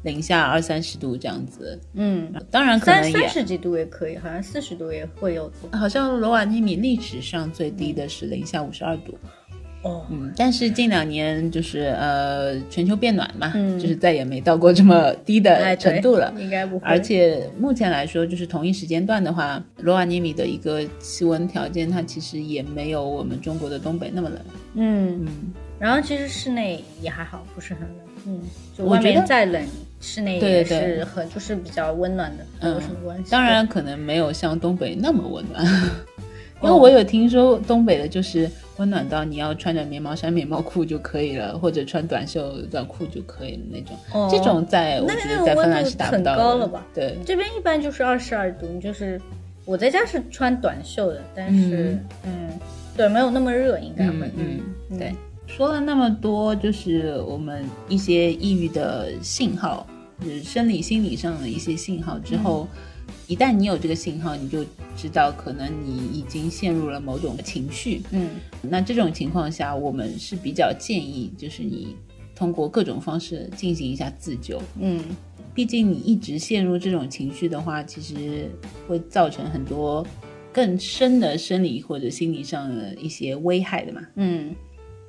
[SPEAKER 1] 零下二三十度这样子，
[SPEAKER 2] 嗯，
[SPEAKER 1] 当然可
[SPEAKER 2] 三
[SPEAKER 1] 能
[SPEAKER 2] 三
[SPEAKER 1] 也。
[SPEAKER 2] 十几度也可以，好像四十度也会有。
[SPEAKER 1] 好像罗瓦涅米历史上最低的是零下五十二度，
[SPEAKER 2] 哦，
[SPEAKER 1] 嗯，但是近两年就是呃全球变暖嘛，
[SPEAKER 2] 嗯
[SPEAKER 1] 就是再也没到过这么低
[SPEAKER 2] 哎，
[SPEAKER 1] 的
[SPEAKER 2] 对
[SPEAKER 1] 程度了，
[SPEAKER 2] 应该不会。
[SPEAKER 1] 而且目前来说，就是同一时间段的话，罗瓦涅米的一个气温条件，它其实也没有我们中国的东北那么冷。
[SPEAKER 2] 嗯，
[SPEAKER 1] 嗯，
[SPEAKER 2] 然后其实室内也还好，不是很冷。嗯，就
[SPEAKER 1] 我
[SPEAKER 2] 外
[SPEAKER 1] 觉得
[SPEAKER 2] 面再冷，室内
[SPEAKER 1] 对
[SPEAKER 2] 也
[SPEAKER 1] 对
[SPEAKER 2] 是很就是比较温暖的，没有什么关系。
[SPEAKER 1] 当然可能没有像东北那么温暖， 因为
[SPEAKER 2] 哦
[SPEAKER 1] 我有听说东北的就是温暖到你要穿着棉毛衫、棉毛裤就可以了，或者穿短袖短裤就可以了那种。
[SPEAKER 2] 哦
[SPEAKER 1] 这种在我
[SPEAKER 2] 那
[SPEAKER 1] 觉
[SPEAKER 2] 那
[SPEAKER 1] 得
[SPEAKER 2] 个
[SPEAKER 1] 在芬
[SPEAKER 2] 温
[SPEAKER 1] 兰
[SPEAKER 2] 度
[SPEAKER 1] 是达不
[SPEAKER 2] 很
[SPEAKER 1] 到的。
[SPEAKER 2] 高了吧
[SPEAKER 1] 对，
[SPEAKER 2] 这边一般就是二十二度，你就是我在家是穿短袖的，但是嗯对，没有那么热，应该会
[SPEAKER 1] 嗯。嗯，对。说了那么多，就是我们一些抑郁的信号，就是生理、心理上的一些信号之后，
[SPEAKER 2] 嗯
[SPEAKER 1] 一旦你有这个信号，你就知道可能你已经陷入了某种情绪。
[SPEAKER 2] 嗯
[SPEAKER 1] 那这种情况下，我们是比较建议，就是你通过各种方式进行一下自救。
[SPEAKER 2] 嗯
[SPEAKER 1] 毕竟你一直陷入这种情绪的话，其实会造成很多更深的生理或者心理上的一些危害的嘛。
[SPEAKER 2] 嗯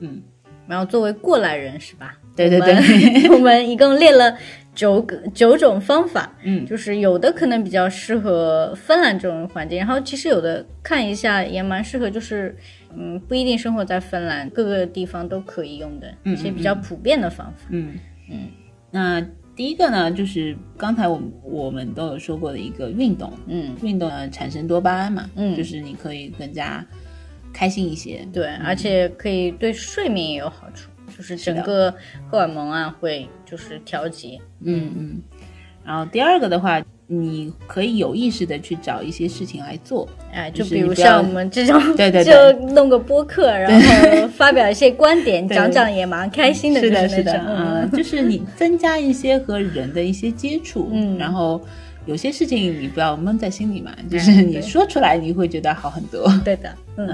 [SPEAKER 1] 嗯。
[SPEAKER 2] 然后作为过来人是吧？
[SPEAKER 1] 对对
[SPEAKER 2] 我们 我们一共列了九个九种方法，
[SPEAKER 1] 嗯
[SPEAKER 2] 就是有的可能比较适合芬兰这种环境，然后其实有的看一下也蛮适合，就是嗯，不一定生活在芬兰，各个地方都可以用的
[SPEAKER 1] 嗯
[SPEAKER 2] 一些比较普遍的方法。
[SPEAKER 1] 嗯
[SPEAKER 2] 嗯，
[SPEAKER 1] 那第一个呢，就是刚才我们我们都有说过的一个运动，
[SPEAKER 2] 嗯，
[SPEAKER 1] 运动呢产生多巴胺嘛，
[SPEAKER 2] 嗯
[SPEAKER 1] 就是嗯你可以更加开心一些，
[SPEAKER 2] 对，而且可以对睡眠也有好处，就是整
[SPEAKER 1] 的
[SPEAKER 2] 个荷尔蒙啊会就是调节。
[SPEAKER 1] 嗯嗯嗯。然后第二个的话，你可以有意识的去找一些事情来做，
[SPEAKER 2] 哎，
[SPEAKER 1] 就
[SPEAKER 2] 就是比
[SPEAKER 1] 你
[SPEAKER 2] 如
[SPEAKER 1] 不要
[SPEAKER 2] 像我们这种，
[SPEAKER 1] 对对对
[SPEAKER 2] 就弄个播客，然后发表一些观点，
[SPEAKER 1] 对
[SPEAKER 2] 讲讲也蛮开心的，
[SPEAKER 1] 是
[SPEAKER 2] 就
[SPEAKER 1] 的，
[SPEAKER 2] 是
[SPEAKER 1] 的，
[SPEAKER 2] 那种
[SPEAKER 1] 嗯，就是你增加一些和人的一些接触，
[SPEAKER 2] 嗯
[SPEAKER 1] 然后有些事情你不要闷在心里嘛，就是你
[SPEAKER 2] 对
[SPEAKER 1] 说出来，你会觉得好很多。
[SPEAKER 2] 对的，嗯，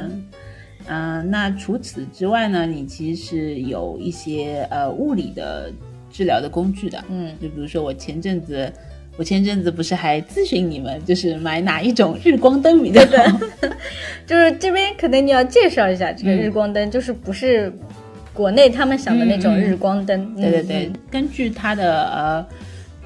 [SPEAKER 1] 嗯，呃那除此之外呢，你其实是有一些呃物理的治疗的工具的，
[SPEAKER 2] 嗯，
[SPEAKER 1] 就比如说我前阵子，我前阵子不是还咨询你们，就是买哪一种日光灯比较好？
[SPEAKER 2] 就是这边可能你要介绍一下这个
[SPEAKER 1] 嗯
[SPEAKER 2] 日光灯，就是不是国内他们想的那
[SPEAKER 1] 嗯
[SPEAKER 2] 种
[SPEAKER 1] 嗯
[SPEAKER 2] 日光 灯，
[SPEAKER 1] 对对
[SPEAKER 2] 嗯
[SPEAKER 1] 对，，根据它的呃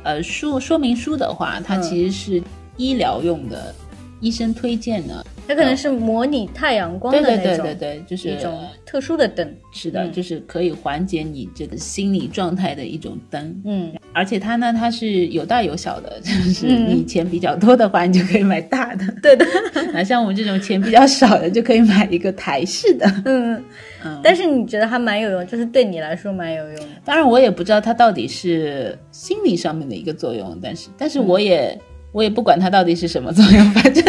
[SPEAKER 1] 呃说说明书的话，它
[SPEAKER 2] 嗯
[SPEAKER 1] 其实是医疗用的，医生推荐的。
[SPEAKER 2] 它可能是模拟太阳光
[SPEAKER 1] 对
[SPEAKER 2] 的
[SPEAKER 1] 对
[SPEAKER 2] 那
[SPEAKER 1] 对
[SPEAKER 2] 种
[SPEAKER 1] 对对，就是
[SPEAKER 2] 一种特殊的灯，
[SPEAKER 1] 是的，
[SPEAKER 2] 嗯
[SPEAKER 1] 就是可以缓解你这个心理状态的一种灯。
[SPEAKER 2] 嗯，
[SPEAKER 1] 而且它呢，它是有大有小的，就是
[SPEAKER 2] 嗯
[SPEAKER 1] 你钱比较多的话，你就可以买大的；
[SPEAKER 2] 对的，
[SPEAKER 1] 那像我们这种钱比较少的，就可以买一个台式的。
[SPEAKER 2] 嗯，
[SPEAKER 1] 嗯，
[SPEAKER 2] 但是你觉得还蛮有用，就是对你来说蛮有用的，
[SPEAKER 1] 当然我也不知道它到底是心理上面的一个作用，但是但是我也、我也不管它到底是什么作用，反正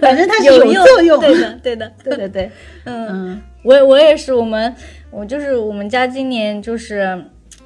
[SPEAKER 1] 反正它是
[SPEAKER 2] 用
[SPEAKER 1] 作用。
[SPEAKER 2] 对的，对的，对的，对，嗯。
[SPEAKER 1] 嗯
[SPEAKER 2] 我我也是，我们我就是我们家今年就是，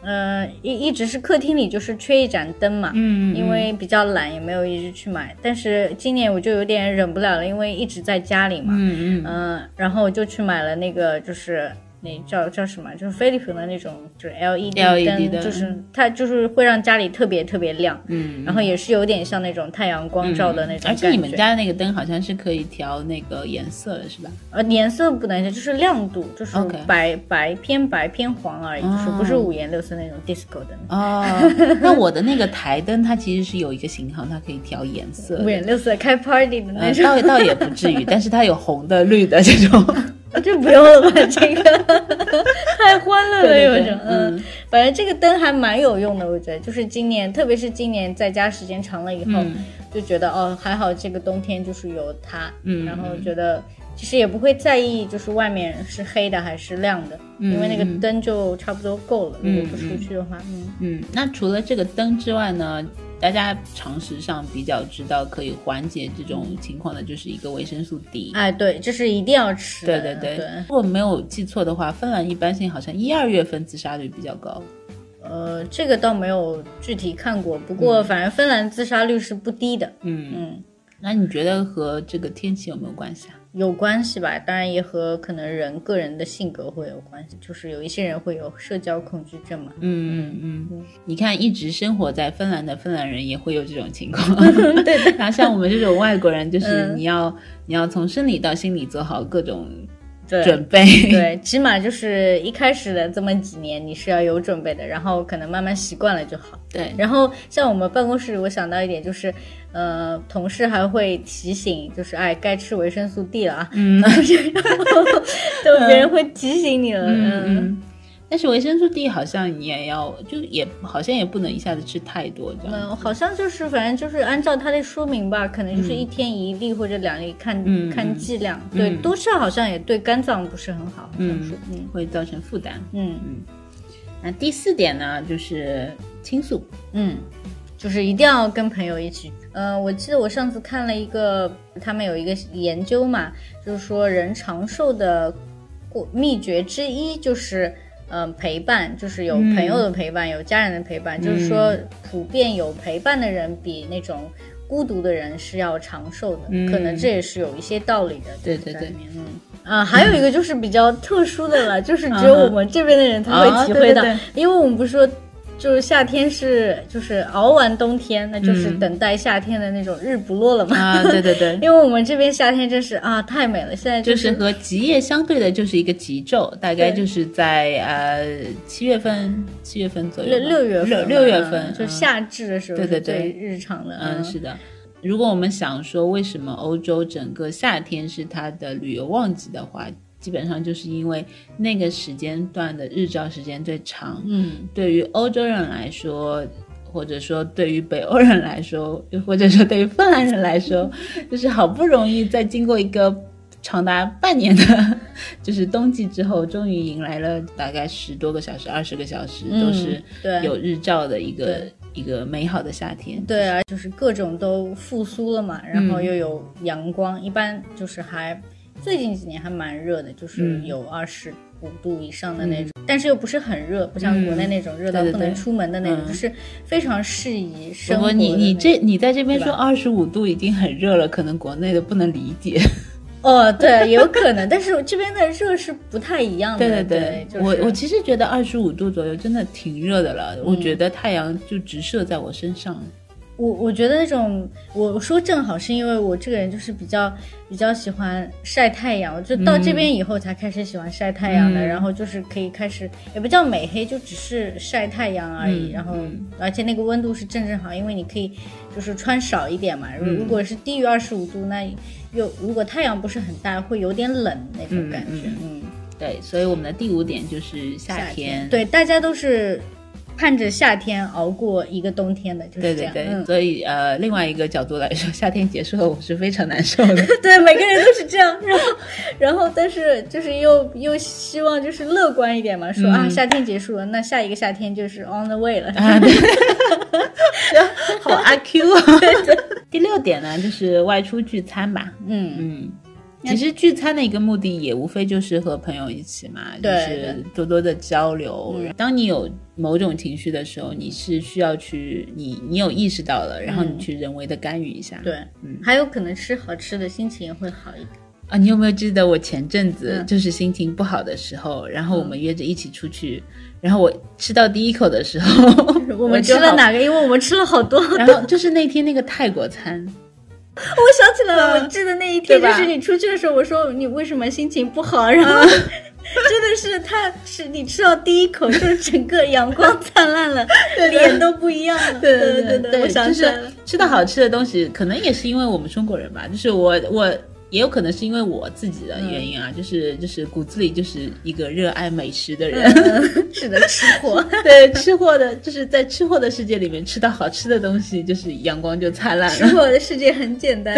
[SPEAKER 2] 呃，一一直是客厅里就是缺一盏灯嘛，
[SPEAKER 1] 嗯
[SPEAKER 2] 因为比较懒也没有一直去买，但是今年我就有点忍不了了，因为一直在家里嘛，
[SPEAKER 1] 嗯嗯
[SPEAKER 2] 嗯、然后我就去买了那个就是。那叫叫什么？就是菲利普的那种，就是 LED 灯
[SPEAKER 1] LED 灯
[SPEAKER 2] 就是它就是会让家里特别特别亮，
[SPEAKER 1] 嗯，
[SPEAKER 2] 然后也是有点像那种太阳光照的那种
[SPEAKER 1] 而
[SPEAKER 2] 感觉。
[SPEAKER 1] 哎且你们家的那个灯好像是可以调那个颜色的，是吧？
[SPEAKER 2] 呃，颜色不能是，就是亮度，就是
[SPEAKER 1] OK
[SPEAKER 2] 白白偏白偏黄而已，就是不是
[SPEAKER 1] 哦
[SPEAKER 2] 五颜六色那种 disco 的那
[SPEAKER 1] 哦， 那我的那个台灯它其实是有一个型号，它可以调颜色
[SPEAKER 2] 种五
[SPEAKER 1] 的。
[SPEAKER 2] 颜六色开 party 的那
[SPEAKER 1] 呃，
[SPEAKER 2] 种，
[SPEAKER 1] 倒倒也不至于，但是它有红的、绿的这种，
[SPEAKER 2] 就不用了吧，这个太欢乐 了，
[SPEAKER 1] 对
[SPEAKER 2] 有
[SPEAKER 1] 对
[SPEAKER 2] 一种
[SPEAKER 1] 对
[SPEAKER 2] 嗯
[SPEAKER 1] 嗯，
[SPEAKER 2] 反正这个灯还蛮有用的，我觉得，就是今年，特别是今年在家时间长了以后，
[SPEAKER 1] 嗯
[SPEAKER 2] 就觉得哦，还好这个冬天就是有它，
[SPEAKER 1] 嗯
[SPEAKER 2] 然后
[SPEAKER 1] 嗯
[SPEAKER 2] 觉得其实也不会在意，就是外面是黑的还是亮的，因为那个
[SPEAKER 1] 嗯嗯
[SPEAKER 2] 灯就差不多够了，如
[SPEAKER 1] 嗯
[SPEAKER 2] 果不出去的话，嗯
[SPEAKER 1] 嗯。那除了这个灯之外呢，大家常识上比较知道可以缓解这种情况的，就是一个维生素 D。
[SPEAKER 2] 哎，对，这是一定要吃
[SPEAKER 1] 对
[SPEAKER 2] 的。
[SPEAKER 1] 对啊对，
[SPEAKER 2] 对，
[SPEAKER 1] 如果没有记错的话，芬兰一般性好像一二月份自杀率比较高。
[SPEAKER 2] 呃，这个倒没有具体看过，不过反正芬兰自杀率是不低的，
[SPEAKER 1] 嗯，
[SPEAKER 2] 嗯，
[SPEAKER 1] 那你觉得和这个天气有没有关系啊？
[SPEAKER 2] 有关系吧？当然也和可能人个人的性格会有关系，就是有一些人会有社交恐惧症嘛，
[SPEAKER 1] 嗯嗯嗯
[SPEAKER 2] 嗯，
[SPEAKER 1] 你看，一直生活在芬兰的芬兰人也会有这种情 况。对 的。然后像我们这种外国人，就是
[SPEAKER 2] 嗯
[SPEAKER 1] 你要、你要从生理到心理做好各种
[SPEAKER 2] 对。
[SPEAKER 1] 准备。
[SPEAKER 2] 对，起码就是一开始的这么几年，你是要有准备的，然后可能慢慢习惯了就好。
[SPEAKER 1] 对
[SPEAKER 2] 然后像我们办公室，我想到一点就是，呃，同事还会提醒，就是哎，该吃维生素 D 了啊，
[SPEAKER 1] 嗯
[SPEAKER 2] 都别人会提醒你了，
[SPEAKER 1] 嗯
[SPEAKER 2] 嗯，
[SPEAKER 1] 嗯。但是维生素 D 好像你也要，就也好像也不能一下子吃太多这样。
[SPEAKER 2] 嗯，好像就是反正就是按照它的说明吧，可能就是一天一粒或者两粒，看、
[SPEAKER 1] 嗯
[SPEAKER 2] 看
[SPEAKER 1] 嗯
[SPEAKER 2] 剂量。对，
[SPEAKER 1] 嗯
[SPEAKER 2] 多吃好像也对肝脏不是很好，好像
[SPEAKER 1] 嗯
[SPEAKER 2] 是，嗯
[SPEAKER 1] 会造成负担。
[SPEAKER 2] 嗯
[SPEAKER 1] 那第四点呢，就是青素。
[SPEAKER 2] 嗯，就是一定要跟朋友一起。呃，我记得我上次看了一个，他们有一个研究嘛，就是说人长寿的过秘诀之一就是。嗯，陪伴就是有
[SPEAKER 1] 嗯
[SPEAKER 2] 朋友的陪伴，有家人的陪伴，就是说普遍有陪伴的人比那种孤独的人是要长寿的，
[SPEAKER 1] 嗯
[SPEAKER 2] 可能这也是有一些道理的。
[SPEAKER 1] 对
[SPEAKER 2] 对
[SPEAKER 1] 对
[SPEAKER 2] 对
[SPEAKER 1] 对，
[SPEAKER 2] 嗯啊，还有一个就是比较特殊的了，就是只有我们这边的人才
[SPEAKER 1] 嗯啊
[SPEAKER 2] 会体会到
[SPEAKER 1] 对对对，
[SPEAKER 2] 因为我们不是说。就是夏天是就是熬完冬天，那就是
[SPEAKER 1] 嗯
[SPEAKER 2] 等待夏天的那种日不落了嘛。
[SPEAKER 1] 啊，对对对。
[SPEAKER 2] 因为我们这边夏天真是啊太美了，现在
[SPEAKER 1] 就是
[SPEAKER 2] 是
[SPEAKER 1] 和极夜相对的，就是一个极昼，大概
[SPEAKER 2] 对
[SPEAKER 1] 就是在呃七月份、七月份左右
[SPEAKER 2] 六
[SPEAKER 1] 吧，
[SPEAKER 2] 六月份
[SPEAKER 1] 六
[SPEAKER 2] 了，
[SPEAKER 1] 六月份，
[SPEAKER 2] 嗯就
[SPEAKER 1] 嗯
[SPEAKER 2] 夏至的时候，
[SPEAKER 1] 对对对
[SPEAKER 2] 日常的，啊
[SPEAKER 1] 嗯，是的。如果我们想说为什么欧洲整个夏天是它的旅游旺季的话，基本上就是因为那个时间段的日照时间最长。
[SPEAKER 2] 嗯，
[SPEAKER 1] 对于欧洲人来说，或者说对于北欧人来说， 又或者说对于芬兰人来 说，就是好不容易在经过一个长达半年的， 就是冬季之后，终于迎来了大概十多个小时、二十个小时
[SPEAKER 2] 嗯
[SPEAKER 1] 都是
[SPEAKER 2] 对
[SPEAKER 1] 有日照的一个、
[SPEAKER 2] 对
[SPEAKER 1] 一个美好的夏天。
[SPEAKER 2] 对啊，就是各种都复苏了嘛，然
[SPEAKER 1] 嗯
[SPEAKER 2] 后又有阳光，一般就是还最近几年还蛮热的，就是
[SPEAKER 1] 嗯
[SPEAKER 2] 有二十五度以上的那种，但是又不是很热，不像国内那种热到
[SPEAKER 1] 嗯对对
[SPEAKER 2] 不能
[SPEAKER 1] 对
[SPEAKER 2] 出门的那种，
[SPEAKER 1] 嗯
[SPEAKER 2] 就是非常适宜生
[SPEAKER 1] 不过
[SPEAKER 2] 活的
[SPEAKER 1] 你你
[SPEAKER 2] 那
[SPEAKER 1] 这你在这边
[SPEAKER 2] 对
[SPEAKER 1] 说
[SPEAKER 2] 吧
[SPEAKER 1] 二十五度已经很热了，可能国内的不能理解。
[SPEAKER 2] 哦，对，有可能，但是这边的热是不太一样
[SPEAKER 1] 对
[SPEAKER 2] 的。对
[SPEAKER 1] 对，，
[SPEAKER 2] 就是
[SPEAKER 1] 我我其实觉得二十五度左右真的挺热的了，我觉得太阳就直射在我身上。
[SPEAKER 2] 我我觉得那种我我说正好是因为我这个人就是比较比较喜欢晒太阳，我就到这边以后才开始喜欢晒太阳的，
[SPEAKER 1] 嗯
[SPEAKER 2] 然后就是可以开始也不叫美黑，就只是晒太阳而已。
[SPEAKER 1] 嗯
[SPEAKER 2] 然后
[SPEAKER 1] 嗯
[SPEAKER 2] 而且那个温度是正正好，因为你可以就是穿少一点嘛。如
[SPEAKER 1] 嗯
[SPEAKER 2] 如果是低于二十五度，那又如果太阳不是很大，会有点冷那种
[SPEAKER 1] 嗯
[SPEAKER 2] 感觉。
[SPEAKER 1] 嗯
[SPEAKER 2] 嗯，
[SPEAKER 1] 对，所以我们的第五点就是夏
[SPEAKER 2] 夏
[SPEAKER 1] 天。
[SPEAKER 2] 对，大家都是盼着夏天熬过一个冬天的，就是
[SPEAKER 1] 对
[SPEAKER 2] 这
[SPEAKER 1] 对
[SPEAKER 2] 样。
[SPEAKER 1] 对，
[SPEAKER 2] 嗯
[SPEAKER 1] 所以呃，另外一个角度来说，夏天结束了，我是非常难受 的。
[SPEAKER 2] 对，每个人都是这样。然后，然后，但是就是又又希望就是乐观一点嘛，说、啊，
[SPEAKER 1] 嗯
[SPEAKER 2] 夏天结束了，那下一个夏天就是 on the way 了。 嗯
[SPEAKER 1] 啊，对，好阿 Q 啊、 第六点呢，就是外出聚餐吧。
[SPEAKER 2] 嗯，
[SPEAKER 1] 嗯，其实聚餐的一个目的也无非就是和朋友一起嘛，就
[SPEAKER 2] 对嗯
[SPEAKER 1] 是多多的交流。当你有某种情绪的时候，你是需要去你你有意识到了，然后你去人为的干预一下。
[SPEAKER 2] 嗯对，
[SPEAKER 1] 嗯
[SPEAKER 2] 还有可能吃好吃的，心情也会好一点。
[SPEAKER 1] 啊，你有没有记得我前阵子
[SPEAKER 2] 嗯
[SPEAKER 1] 就是心情不好的时候，然后我们约着一起出去，然后我吃到第一口的时候，
[SPEAKER 2] 我们
[SPEAKER 1] 就
[SPEAKER 2] 吃了
[SPEAKER 1] 好嗯
[SPEAKER 2] 哪个？因为我们吃了好多。
[SPEAKER 1] 然后就是那天那个泰国餐，
[SPEAKER 2] 我想起来了，
[SPEAKER 1] 嗯
[SPEAKER 2] 我记得那一
[SPEAKER 1] 对
[SPEAKER 2] 天就
[SPEAKER 1] 吧
[SPEAKER 2] 是你出去的时候，我说你为什么心情不好， 然后
[SPEAKER 1] 嗯
[SPEAKER 2] 真的是他吃你吃到第一 口，就是整个阳光灿烂了，脸都不一样了。
[SPEAKER 1] 对
[SPEAKER 2] 对
[SPEAKER 1] 对
[SPEAKER 2] 对，我想
[SPEAKER 1] 就
[SPEAKER 2] 起来了
[SPEAKER 1] 是。吃到好吃的东西，可能也是因为我们中国人吧，就是我我也有可能是因为我自己的原因啊，就是就是骨子里就是一个热爱美食的人，
[SPEAKER 2] 嗯是的，吃货。
[SPEAKER 1] 对吃货的，就是在吃货的世界里面吃到好吃的东西，就是阳光就灿 烂
[SPEAKER 2] 吃
[SPEAKER 1] 了。
[SPEAKER 2] 货的世界很简 单。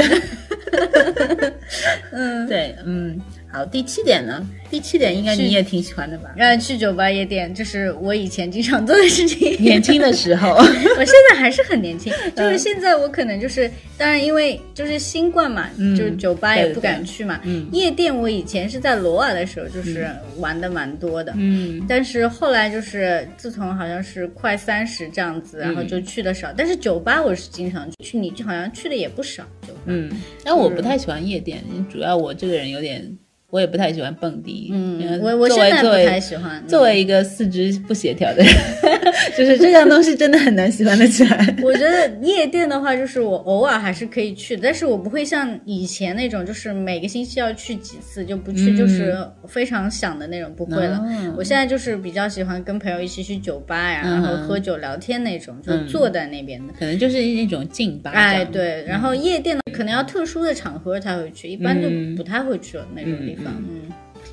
[SPEAKER 2] 嗯，
[SPEAKER 1] 对，嗯，好，第七点呢？第七点应该你也挺喜欢的吧？
[SPEAKER 2] 然后呃去酒吧夜店，就是我以前经常做的事 情。
[SPEAKER 1] 年轻的时候，
[SPEAKER 2] 我现在还是很年轻，
[SPEAKER 1] 嗯
[SPEAKER 2] 就是现在我可能就是，当然因为就是新冠嘛，
[SPEAKER 1] 嗯
[SPEAKER 2] 就是酒吧
[SPEAKER 1] 对
[SPEAKER 2] 也
[SPEAKER 1] 对
[SPEAKER 2] 不敢去嘛。
[SPEAKER 1] 嗯
[SPEAKER 2] 夜店我以前是在罗瓦的时候，就是玩的蛮多的。
[SPEAKER 1] 嗯，
[SPEAKER 2] 但是后来就是，自从好像是快三十这样
[SPEAKER 1] 嗯
[SPEAKER 2] 子，然后就去的少。但是酒吧我是经常去，你好像去的也不少。酒吧，
[SPEAKER 1] 嗯，但我不太喜欢夜店，主要我这个人有点，我也不太喜欢蹦迪。
[SPEAKER 2] 嗯，我我
[SPEAKER 1] 作
[SPEAKER 2] 现
[SPEAKER 1] 为
[SPEAKER 2] 在
[SPEAKER 1] 作
[SPEAKER 2] 不
[SPEAKER 1] 为
[SPEAKER 2] 太喜欢。嗯
[SPEAKER 1] 作为一个四肢不协调的人， 就是这样东西真的很难喜欢得起来。
[SPEAKER 2] 我觉得夜店的话，就是我偶尔还是可以去，但是我不会像以前那种，就是每个星期要去几次，就不去
[SPEAKER 1] 嗯
[SPEAKER 2] 就是非常想的那种，不会了。
[SPEAKER 1] 哦
[SPEAKER 2] 我现在就是比较喜欢跟朋友一起去酒吧呀，
[SPEAKER 1] 嗯
[SPEAKER 2] 然后喝酒聊天那种，就坐在那边的。
[SPEAKER 1] 可能就是那种劲吧。嗯这
[SPEAKER 2] 哎，
[SPEAKER 1] 样，嗯
[SPEAKER 2] 对，然后夜店呢，可能要特殊的场合才会去，一般就
[SPEAKER 1] 嗯
[SPEAKER 2] 不太会去了那种地方，嗯，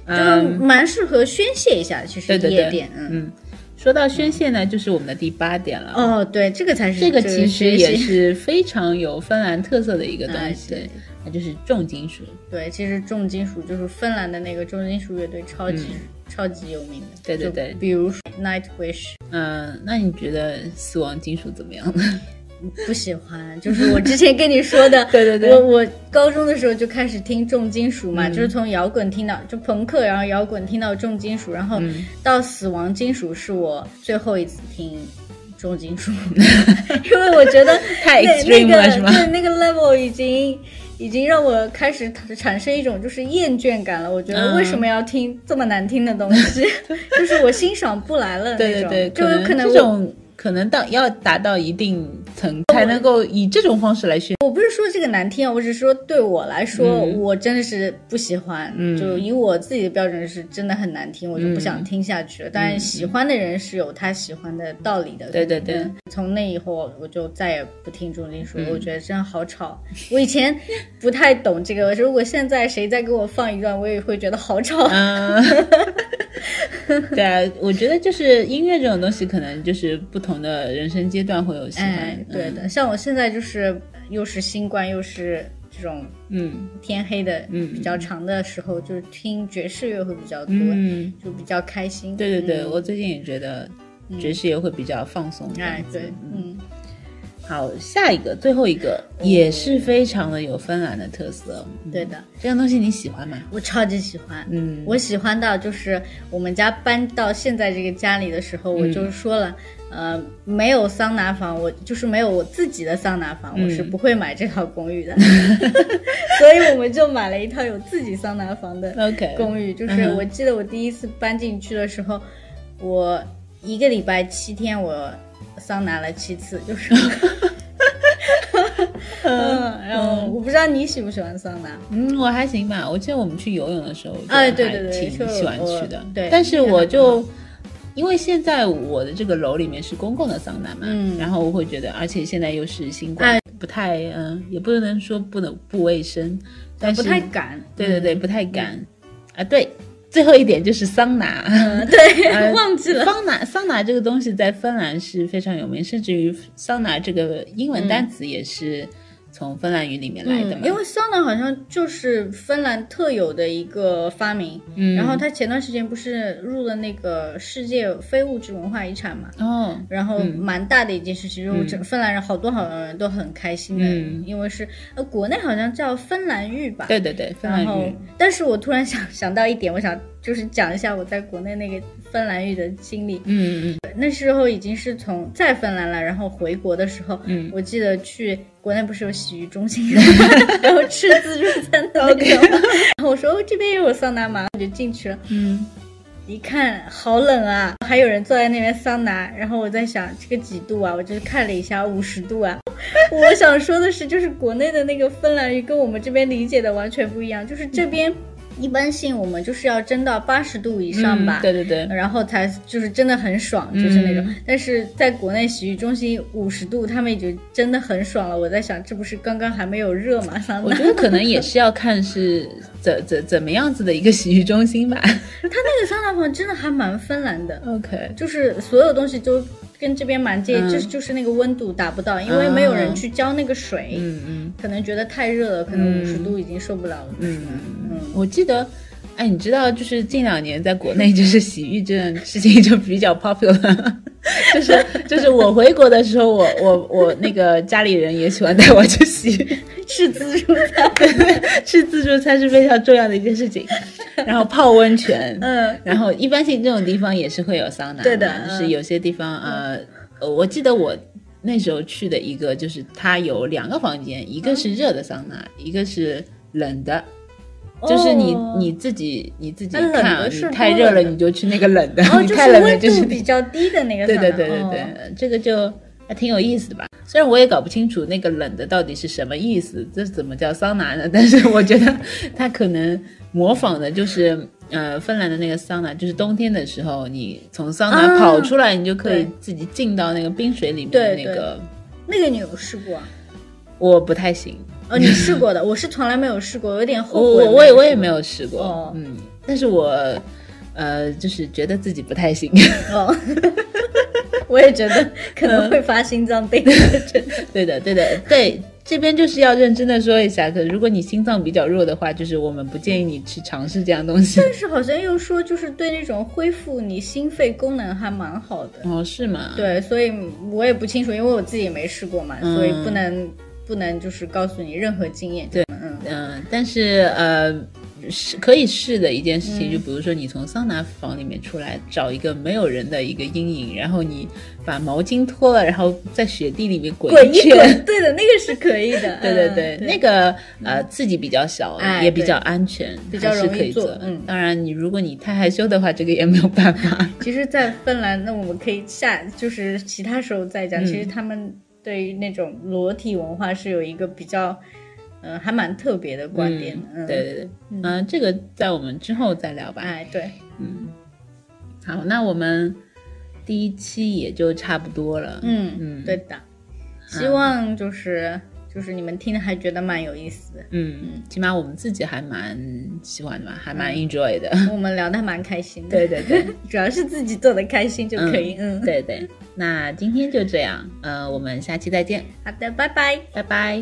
[SPEAKER 2] 就是
[SPEAKER 1] 嗯，
[SPEAKER 2] 蛮适合宣泄一下，其实
[SPEAKER 1] 对对对
[SPEAKER 2] 夜店，嗯，
[SPEAKER 1] 嗯，说到宣泄呢，就是我们的第八点了。
[SPEAKER 2] 哦，对，这个才是
[SPEAKER 1] 这个其实
[SPEAKER 2] 学习
[SPEAKER 1] 也嗯是非常有芬兰特色的一个
[SPEAKER 2] 哎
[SPEAKER 1] 东
[SPEAKER 2] 对
[SPEAKER 1] 西，那就是重金属。
[SPEAKER 2] 对，其实重金属就是芬兰的那个重金属乐队，超级、超级有名的。
[SPEAKER 1] 嗯对对
[SPEAKER 2] 就
[SPEAKER 1] 对
[SPEAKER 2] 比如说 Nightwish，
[SPEAKER 1] 嗯，那你觉得死亡金属怎么样呢？。
[SPEAKER 2] 不喜欢， 就是我之前跟你说的
[SPEAKER 1] 对对对嗯
[SPEAKER 2] 我我高中的时候就开始听重金属嘛，就是从摇滚听到就朋克，然后摇滚听到重金属，然后
[SPEAKER 1] 嗯
[SPEAKER 2] 到死亡金属是我最后一次听重金 属， 因为我觉得
[SPEAKER 1] 太
[SPEAKER 2] 那
[SPEAKER 1] extreme
[SPEAKER 2] 那
[SPEAKER 1] 了
[SPEAKER 2] 个
[SPEAKER 1] 是吗
[SPEAKER 2] 对，那个 level 已经已经让我开始产生一种就是厌倦感了。我觉得
[SPEAKER 1] 嗯
[SPEAKER 2] 为什么要听这么难听的东西， 就是我欣赏不来了
[SPEAKER 1] 对
[SPEAKER 2] 那
[SPEAKER 1] 对对，
[SPEAKER 2] 种，就有可能
[SPEAKER 1] 这
[SPEAKER 2] 我。
[SPEAKER 1] 种可能到要达到一定层，才能够以这种方式来宣。
[SPEAKER 2] 我不是说这个难听啊，我只是说对我来说，
[SPEAKER 1] 嗯
[SPEAKER 2] 我真的是不喜欢。
[SPEAKER 1] 嗯
[SPEAKER 2] 就以我自己的标准是真的很难听，我就不想听下去了。但是喜欢的人是有他喜欢的道理的。
[SPEAKER 1] 嗯对对对嗯
[SPEAKER 2] 嗯从那以后我就再也不听重金属了，我觉得真的好吵。我以前不太懂这个， 如果现在谁再给我放一段，我也会觉得好吵。
[SPEAKER 1] 嗯， 对啊，我觉得就是音乐这种东西，可能就是不同的人生阶段会有喜欢。
[SPEAKER 2] 哎，对
[SPEAKER 1] 嗯
[SPEAKER 2] 的，像我现在就是又是新冠又是这种
[SPEAKER 1] 嗯
[SPEAKER 2] 天黑的，
[SPEAKER 1] 嗯
[SPEAKER 2] 比较长的时候，就是听爵士乐会比较多，
[SPEAKER 1] 嗯，
[SPEAKER 2] 就比较开心。
[SPEAKER 1] 对对对，
[SPEAKER 2] 嗯
[SPEAKER 1] 我最近也觉得爵士也会比较放松。这
[SPEAKER 2] 哎
[SPEAKER 1] 样，子
[SPEAKER 2] 对，嗯，
[SPEAKER 1] 好，下一个，最后一个也是非常的有芬兰的特色。嗯
[SPEAKER 2] 对的，
[SPEAKER 1] 这样东西你喜欢吗？
[SPEAKER 2] 我超级喜欢，
[SPEAKER 1] 嗯，
[SPEAKER 2] 我喜欢到就是我们家搬到现在这个家里的时
[SPEAKER 1] 嗯
[SPEAKER 2] 候，我就说了，呃，没有桑拿房，我就是没有我自己的桑拿房，
[SPEAKER 1] 嗯
[SPEAKER 2] 我是不会买这套公寓 的， 所以我们就买了一套有自己桑拿房的
[SPEAKER 1] OK
[SPEAKER 2] 公寓。就
[SPEAKER 1] 嗯
[SPEAKER 2] 是
[SPEAKER 1] 哼
[SPEAKER 2] 我记得我第一次搬进去的时候，我一个礼拜七天我桑拿了七次，就是。嗯，然后我不知道你喜不喜欢桑拿，
[SPEAKER 1] 嗯，我还行吧。我记得我们去游泳的时候，
[SPEAKER 2] 哎
[SPEAKER 1] 就
[SPEAKER 2] 对
[SPEAKER 1] 还
[SPEAKER 2] 对对
[SPEAKER 1] 挺
[SPEAKER 2] 就
[SPEAKER 1] 喜欢
[SPEAKER 2] 我
[SPEAKER 1] 去的。
[SPEAKER 2] 对
[SPEAKER 1] 但是
[SPEAKER 2] 这个
[SPEAKER 1] 我
[SPEAKER 2] 很
[SPEAKER 1] 就因为现在我的这个楼里面是公共的桑拿嘛，
[SPEAKER 2] 嗯
[SPEAKER 1] 然后我会觉得，而且现在又是新冠，
[SPEAKER 2] 哎
[SPEAKER 1] 不太嗯、也不能说不能不卫生，但是
[SPEAKER 2] 啊不太嗯敢。
[SPEAKER 1] 对 对对，不太敢、啊。对，最后一点就是桑拿。
[SPEAKER 2] 对，
[SPEAKER 1] 呃
[SPEAKER 2] 嗯忘记了。
[SPEAKER 1] 桑拿，桑拿这个东西在芬兰是非常有名，甚至于桑拿这个英文单词也是从芬兰语里面来的嘛。
[SPEAKER 2] 嗯因为桑拿好像就是芬兰特有的一个发明，
[SPEAKER 1] 嗯
[SPEAKER 2] 然后它前段时间不是入了那个世界非物质文化遗产嘛，
[SPEAKER 1] 哦，
[SPEAKER 2] 然后蛮大的一件事情，就是整芬兰人好多好多人都很开心的，
[SPEAKER 1] 嗯
[SPEAKER 2] 因为是呃国内好像叫芬兰浴吧，
[SPEAKER 1] 对对对，芬兰
[SPEAKER 2] 然后
[SPEAKER 1] 语，
[SPEAKER 2] 但是我突然想想到一点，我想就是讲一下我在国内那个芬兰浴的经历，
[SPEAKER 1] 嗯嗯
[SPEAKER 2] 那时候已经是从在芬兰了，然后回国的时候，
[SPEAKER 1] 嗯
[SPEAKER 2] 我记得去国内不是有洗浴中心， 然后吃自助餐的 那种，然后我说、哦、这边也有桑拿嘛，我就进去了，
[SPEAKER 1] 嗯
[SPEAKER 2] 一看好冷啊，还有人坐在那边桑拿，然后我在想这个几度啊，我就看了一下五十度啊， 我想说的是，就是国内的那个芬兰浴跟我们这边理解的完全不一样，就是这边一般性我们就是要蒸到八十度以
[SPEAKER 1] 嗯，
[SPEAKER 2] 上吧，
[SPEAKER 1] 对对对，
[SPEAKER 2] 然后才就是真的很爽，就是那种。
[SPEAKER 1] 嗯
[SPEAKER 2] 但是在国内洗浴中心五十度，他们已经真的很爽了。我在想，这不是刚刚还没有热吗？桑
[SPEAKER 1] 我
[SPEAKER 2] 拿
[SPEAKER 1] 觉得可能也是要看是怎怎怎么样子的一个洗浴中心吧。
[SPEAKER 2] 那个桑拿房真的还蛮芬兰的，
[SPEAKER 1] OK，
[SPEAKER 2] 就是所有东西都跟这边蛮接，
[SPEAKER 1] 嗯
[SPEAKER 2] 就是就是那个温度达不到，因为没有人去浇那个水，
[SPEAKER 1] 嗯嗯
[SPEAKER 2] 可能觉得太热了，可
[SPEAKER 1] 嗯
[SPEAKER 2] 能五十度已经受不了了。
[SPEAKER 1] 嗯
[SPEAKER 2] 嗯
[SPEAKER 1] 嗯，我记得。哎，你知道，就是近两年在国内，就是洗浴这件事情就比较 popular，就是 就是我回国的时候，我我我那个家里人也喜欢带我去洗浴，
[SPEAKER 2] 是自助餐，
[SPEAKER 1] 吃自助餐是非常重要的一件事情，然后泡温泉，
[SPEAKER 2] 嗯，
[SPEAKER 1] 然后一般性这种地方也是会有桑拿嘛，
[SPEAKER 2] 对的
[SPEAKER 1] 就是
[SPEAKER 2] 嗯
[SPEAKER 1] 有些地方呃，呃我记得我那时候去的一个就是它有两个房间，一
[SPEAKER 2] 嗯
[SPEAKER 1] 个是热的桑拿，一个是冷的。就是你、
[SPEAKER 2] 哦
[SPEAKER 1] 你自己你自己
[SPEAKER 2] 那冷的
[SPEAKER 1] 看，啊你
[SPEAKER 2] 是
[SPEAKER 1] 太
[SPEAKER 2] 多
[SPEAKER 1] 热了
[SPEAKER 2] 冷的
[SPEAKER 1] 你就去那个冷的，
[SPEAKER 2] 哦，
[SPEAKER 1] 你
[SPEAKER 2] 就
[SPEAKER 1] 太
[SPEAKER 2] 是
[SPEAKER 1] 冷了
[SPEAKER 2] 温
[SPEAKER 1] 就
[SPEAKER 2] 度
[SPEAKER 1] 是
[SPEAKER 2] 比较低的那个
[SPEAKER 1] 对
[SPEAKER 2] 桑拿。
[SPEAKER 1] 对对对对，
[SPEAKER 2] 哦
[SPEAKER 1] 呃这个就还挺有意思的吧。虽然我也搞不清楚那个冷的到底是什么意思，这怎么叫桑拿呢？ 但是我觉得它可能模仿的就是。呃，芬兰的那个桑拿，就是冬天的时候，你从桑拿
[SPEAKER 2] 啊
[SPEAKER 1] 跑出来，你就可以
[SPEAKER 2] 对
[SPEAKER 1] 自己进到那个冰水里面的那
[SPEAKER 2] 对
[SPEAKER 1] 个。
[SPEAKER 2] 那个你有试过啊？
[SPEAKER 1] 我不太行，
[SPEAKER 2] 哦，你试过的，我是从来没有试过，有点后
[SPEAKER 1] 我
[SPEAKER 2] 悔。
[SPEAKER 1] 我我也我也没有试过，
[SPEAKER 2] 哦
[SPEAKER 1] 嗯，但是我呃，就是觉得自己不太行。
[SPEAKER 2] 哦， 我也觉
[SPEAKER 1] 嗯
[SPEAKER 2] 得可能会发心脏病。
[SPEAKER 1] 对的，对的，对。这边就是要认真的说一下，可如果你心脏比较弱的话，就是我们不建议你去尝试这样东 西。
[SPEAKER 2] 但是好像又说，就是对那种恢复你心肺功能还蛮好的。
[SPEAKER 1] 哦，是吗？，
[SPEAKER 2] 对，所以我也不清楚，因为我自己也没试过嘛，
[SPEAKER 1] 嗯
[SPEAKER 2] 所以不能不能就是告诉你任何经验。
[SPEAKER 1] 对
[SPEAKER 2] 嗯，
[SPEAKER 1] 嗯、但是呃，是可以试的一件事
[SPEAKER 2] 嗯
[SPEAKER 1] 情，就比如说你从桑拿房里面出来，找一个没有人的一个阴影，然后你把毛巾脱了，然后在雪地里面滚
[SPEAKER 2] 滚一
[SPEAKER 1] 圈。
[SPEAKER 2] 滚，对的，那个是可以的。
[SPEAKER 1] 对对对，
[SPEAKER 2] 嗯
[SPEAKER 1] 那个呃刺激比较小，
[SPEAKER 2] 哎
[SPEAKER 1] 也比较安全，
[SPEAKER 2] 比较
[SPEAKER 1] 还是
[SPEAKER 2] 容易
[SPEAKER 1] 可以
[SPEAKER 2] 做
[SPEAKER 1] 做。
[SPEAKER 2] 嗯
[SPEAKER 1] 当然你如果你太害羞的话，这个也没有办法。
[SPEAKER 2] 其实，在芬兰，那我们可以下，就是其他时候再讲。
[SPEAKER 1] 嗯
[SPEAKER 2] 其实他们对于那种裸体文化是有一个比较，嗯、还蛮特别的观点的。嗯，
[SPEAKER 1] 对，对对，嗯、这个在我们之后再聊吧。
[SPEAKER 2] 哎，对，
[SPEAKER 1] 嗯，好，那我们第一期也就差不多了。
[SPEAKER 2] 嗯
[SPEAKER 1] 嗯
[SPEAKER 2] 对的。希望就是就是你们听的还觉得蛮有意思的，
[SPEAKER 1] 嗯，起码我们自己还蛮喜欢
[SPEAKER 2] 嗯
[SPEAKER 1] 的嘛，还蛮 enjoy 的。
[SPEAKER 2] 我们聊的蛮开心的。
[SPEAKER 1] 对对对，
[SPEAKER 2] 主要是自己做的开心就可以。嗯，
[SPEAKER 1] 对对。那今天就这样，呃，我们下期再见，
[SPEAKER 2] 好的，拜拜。
[SPEAKER 1] 拜拜。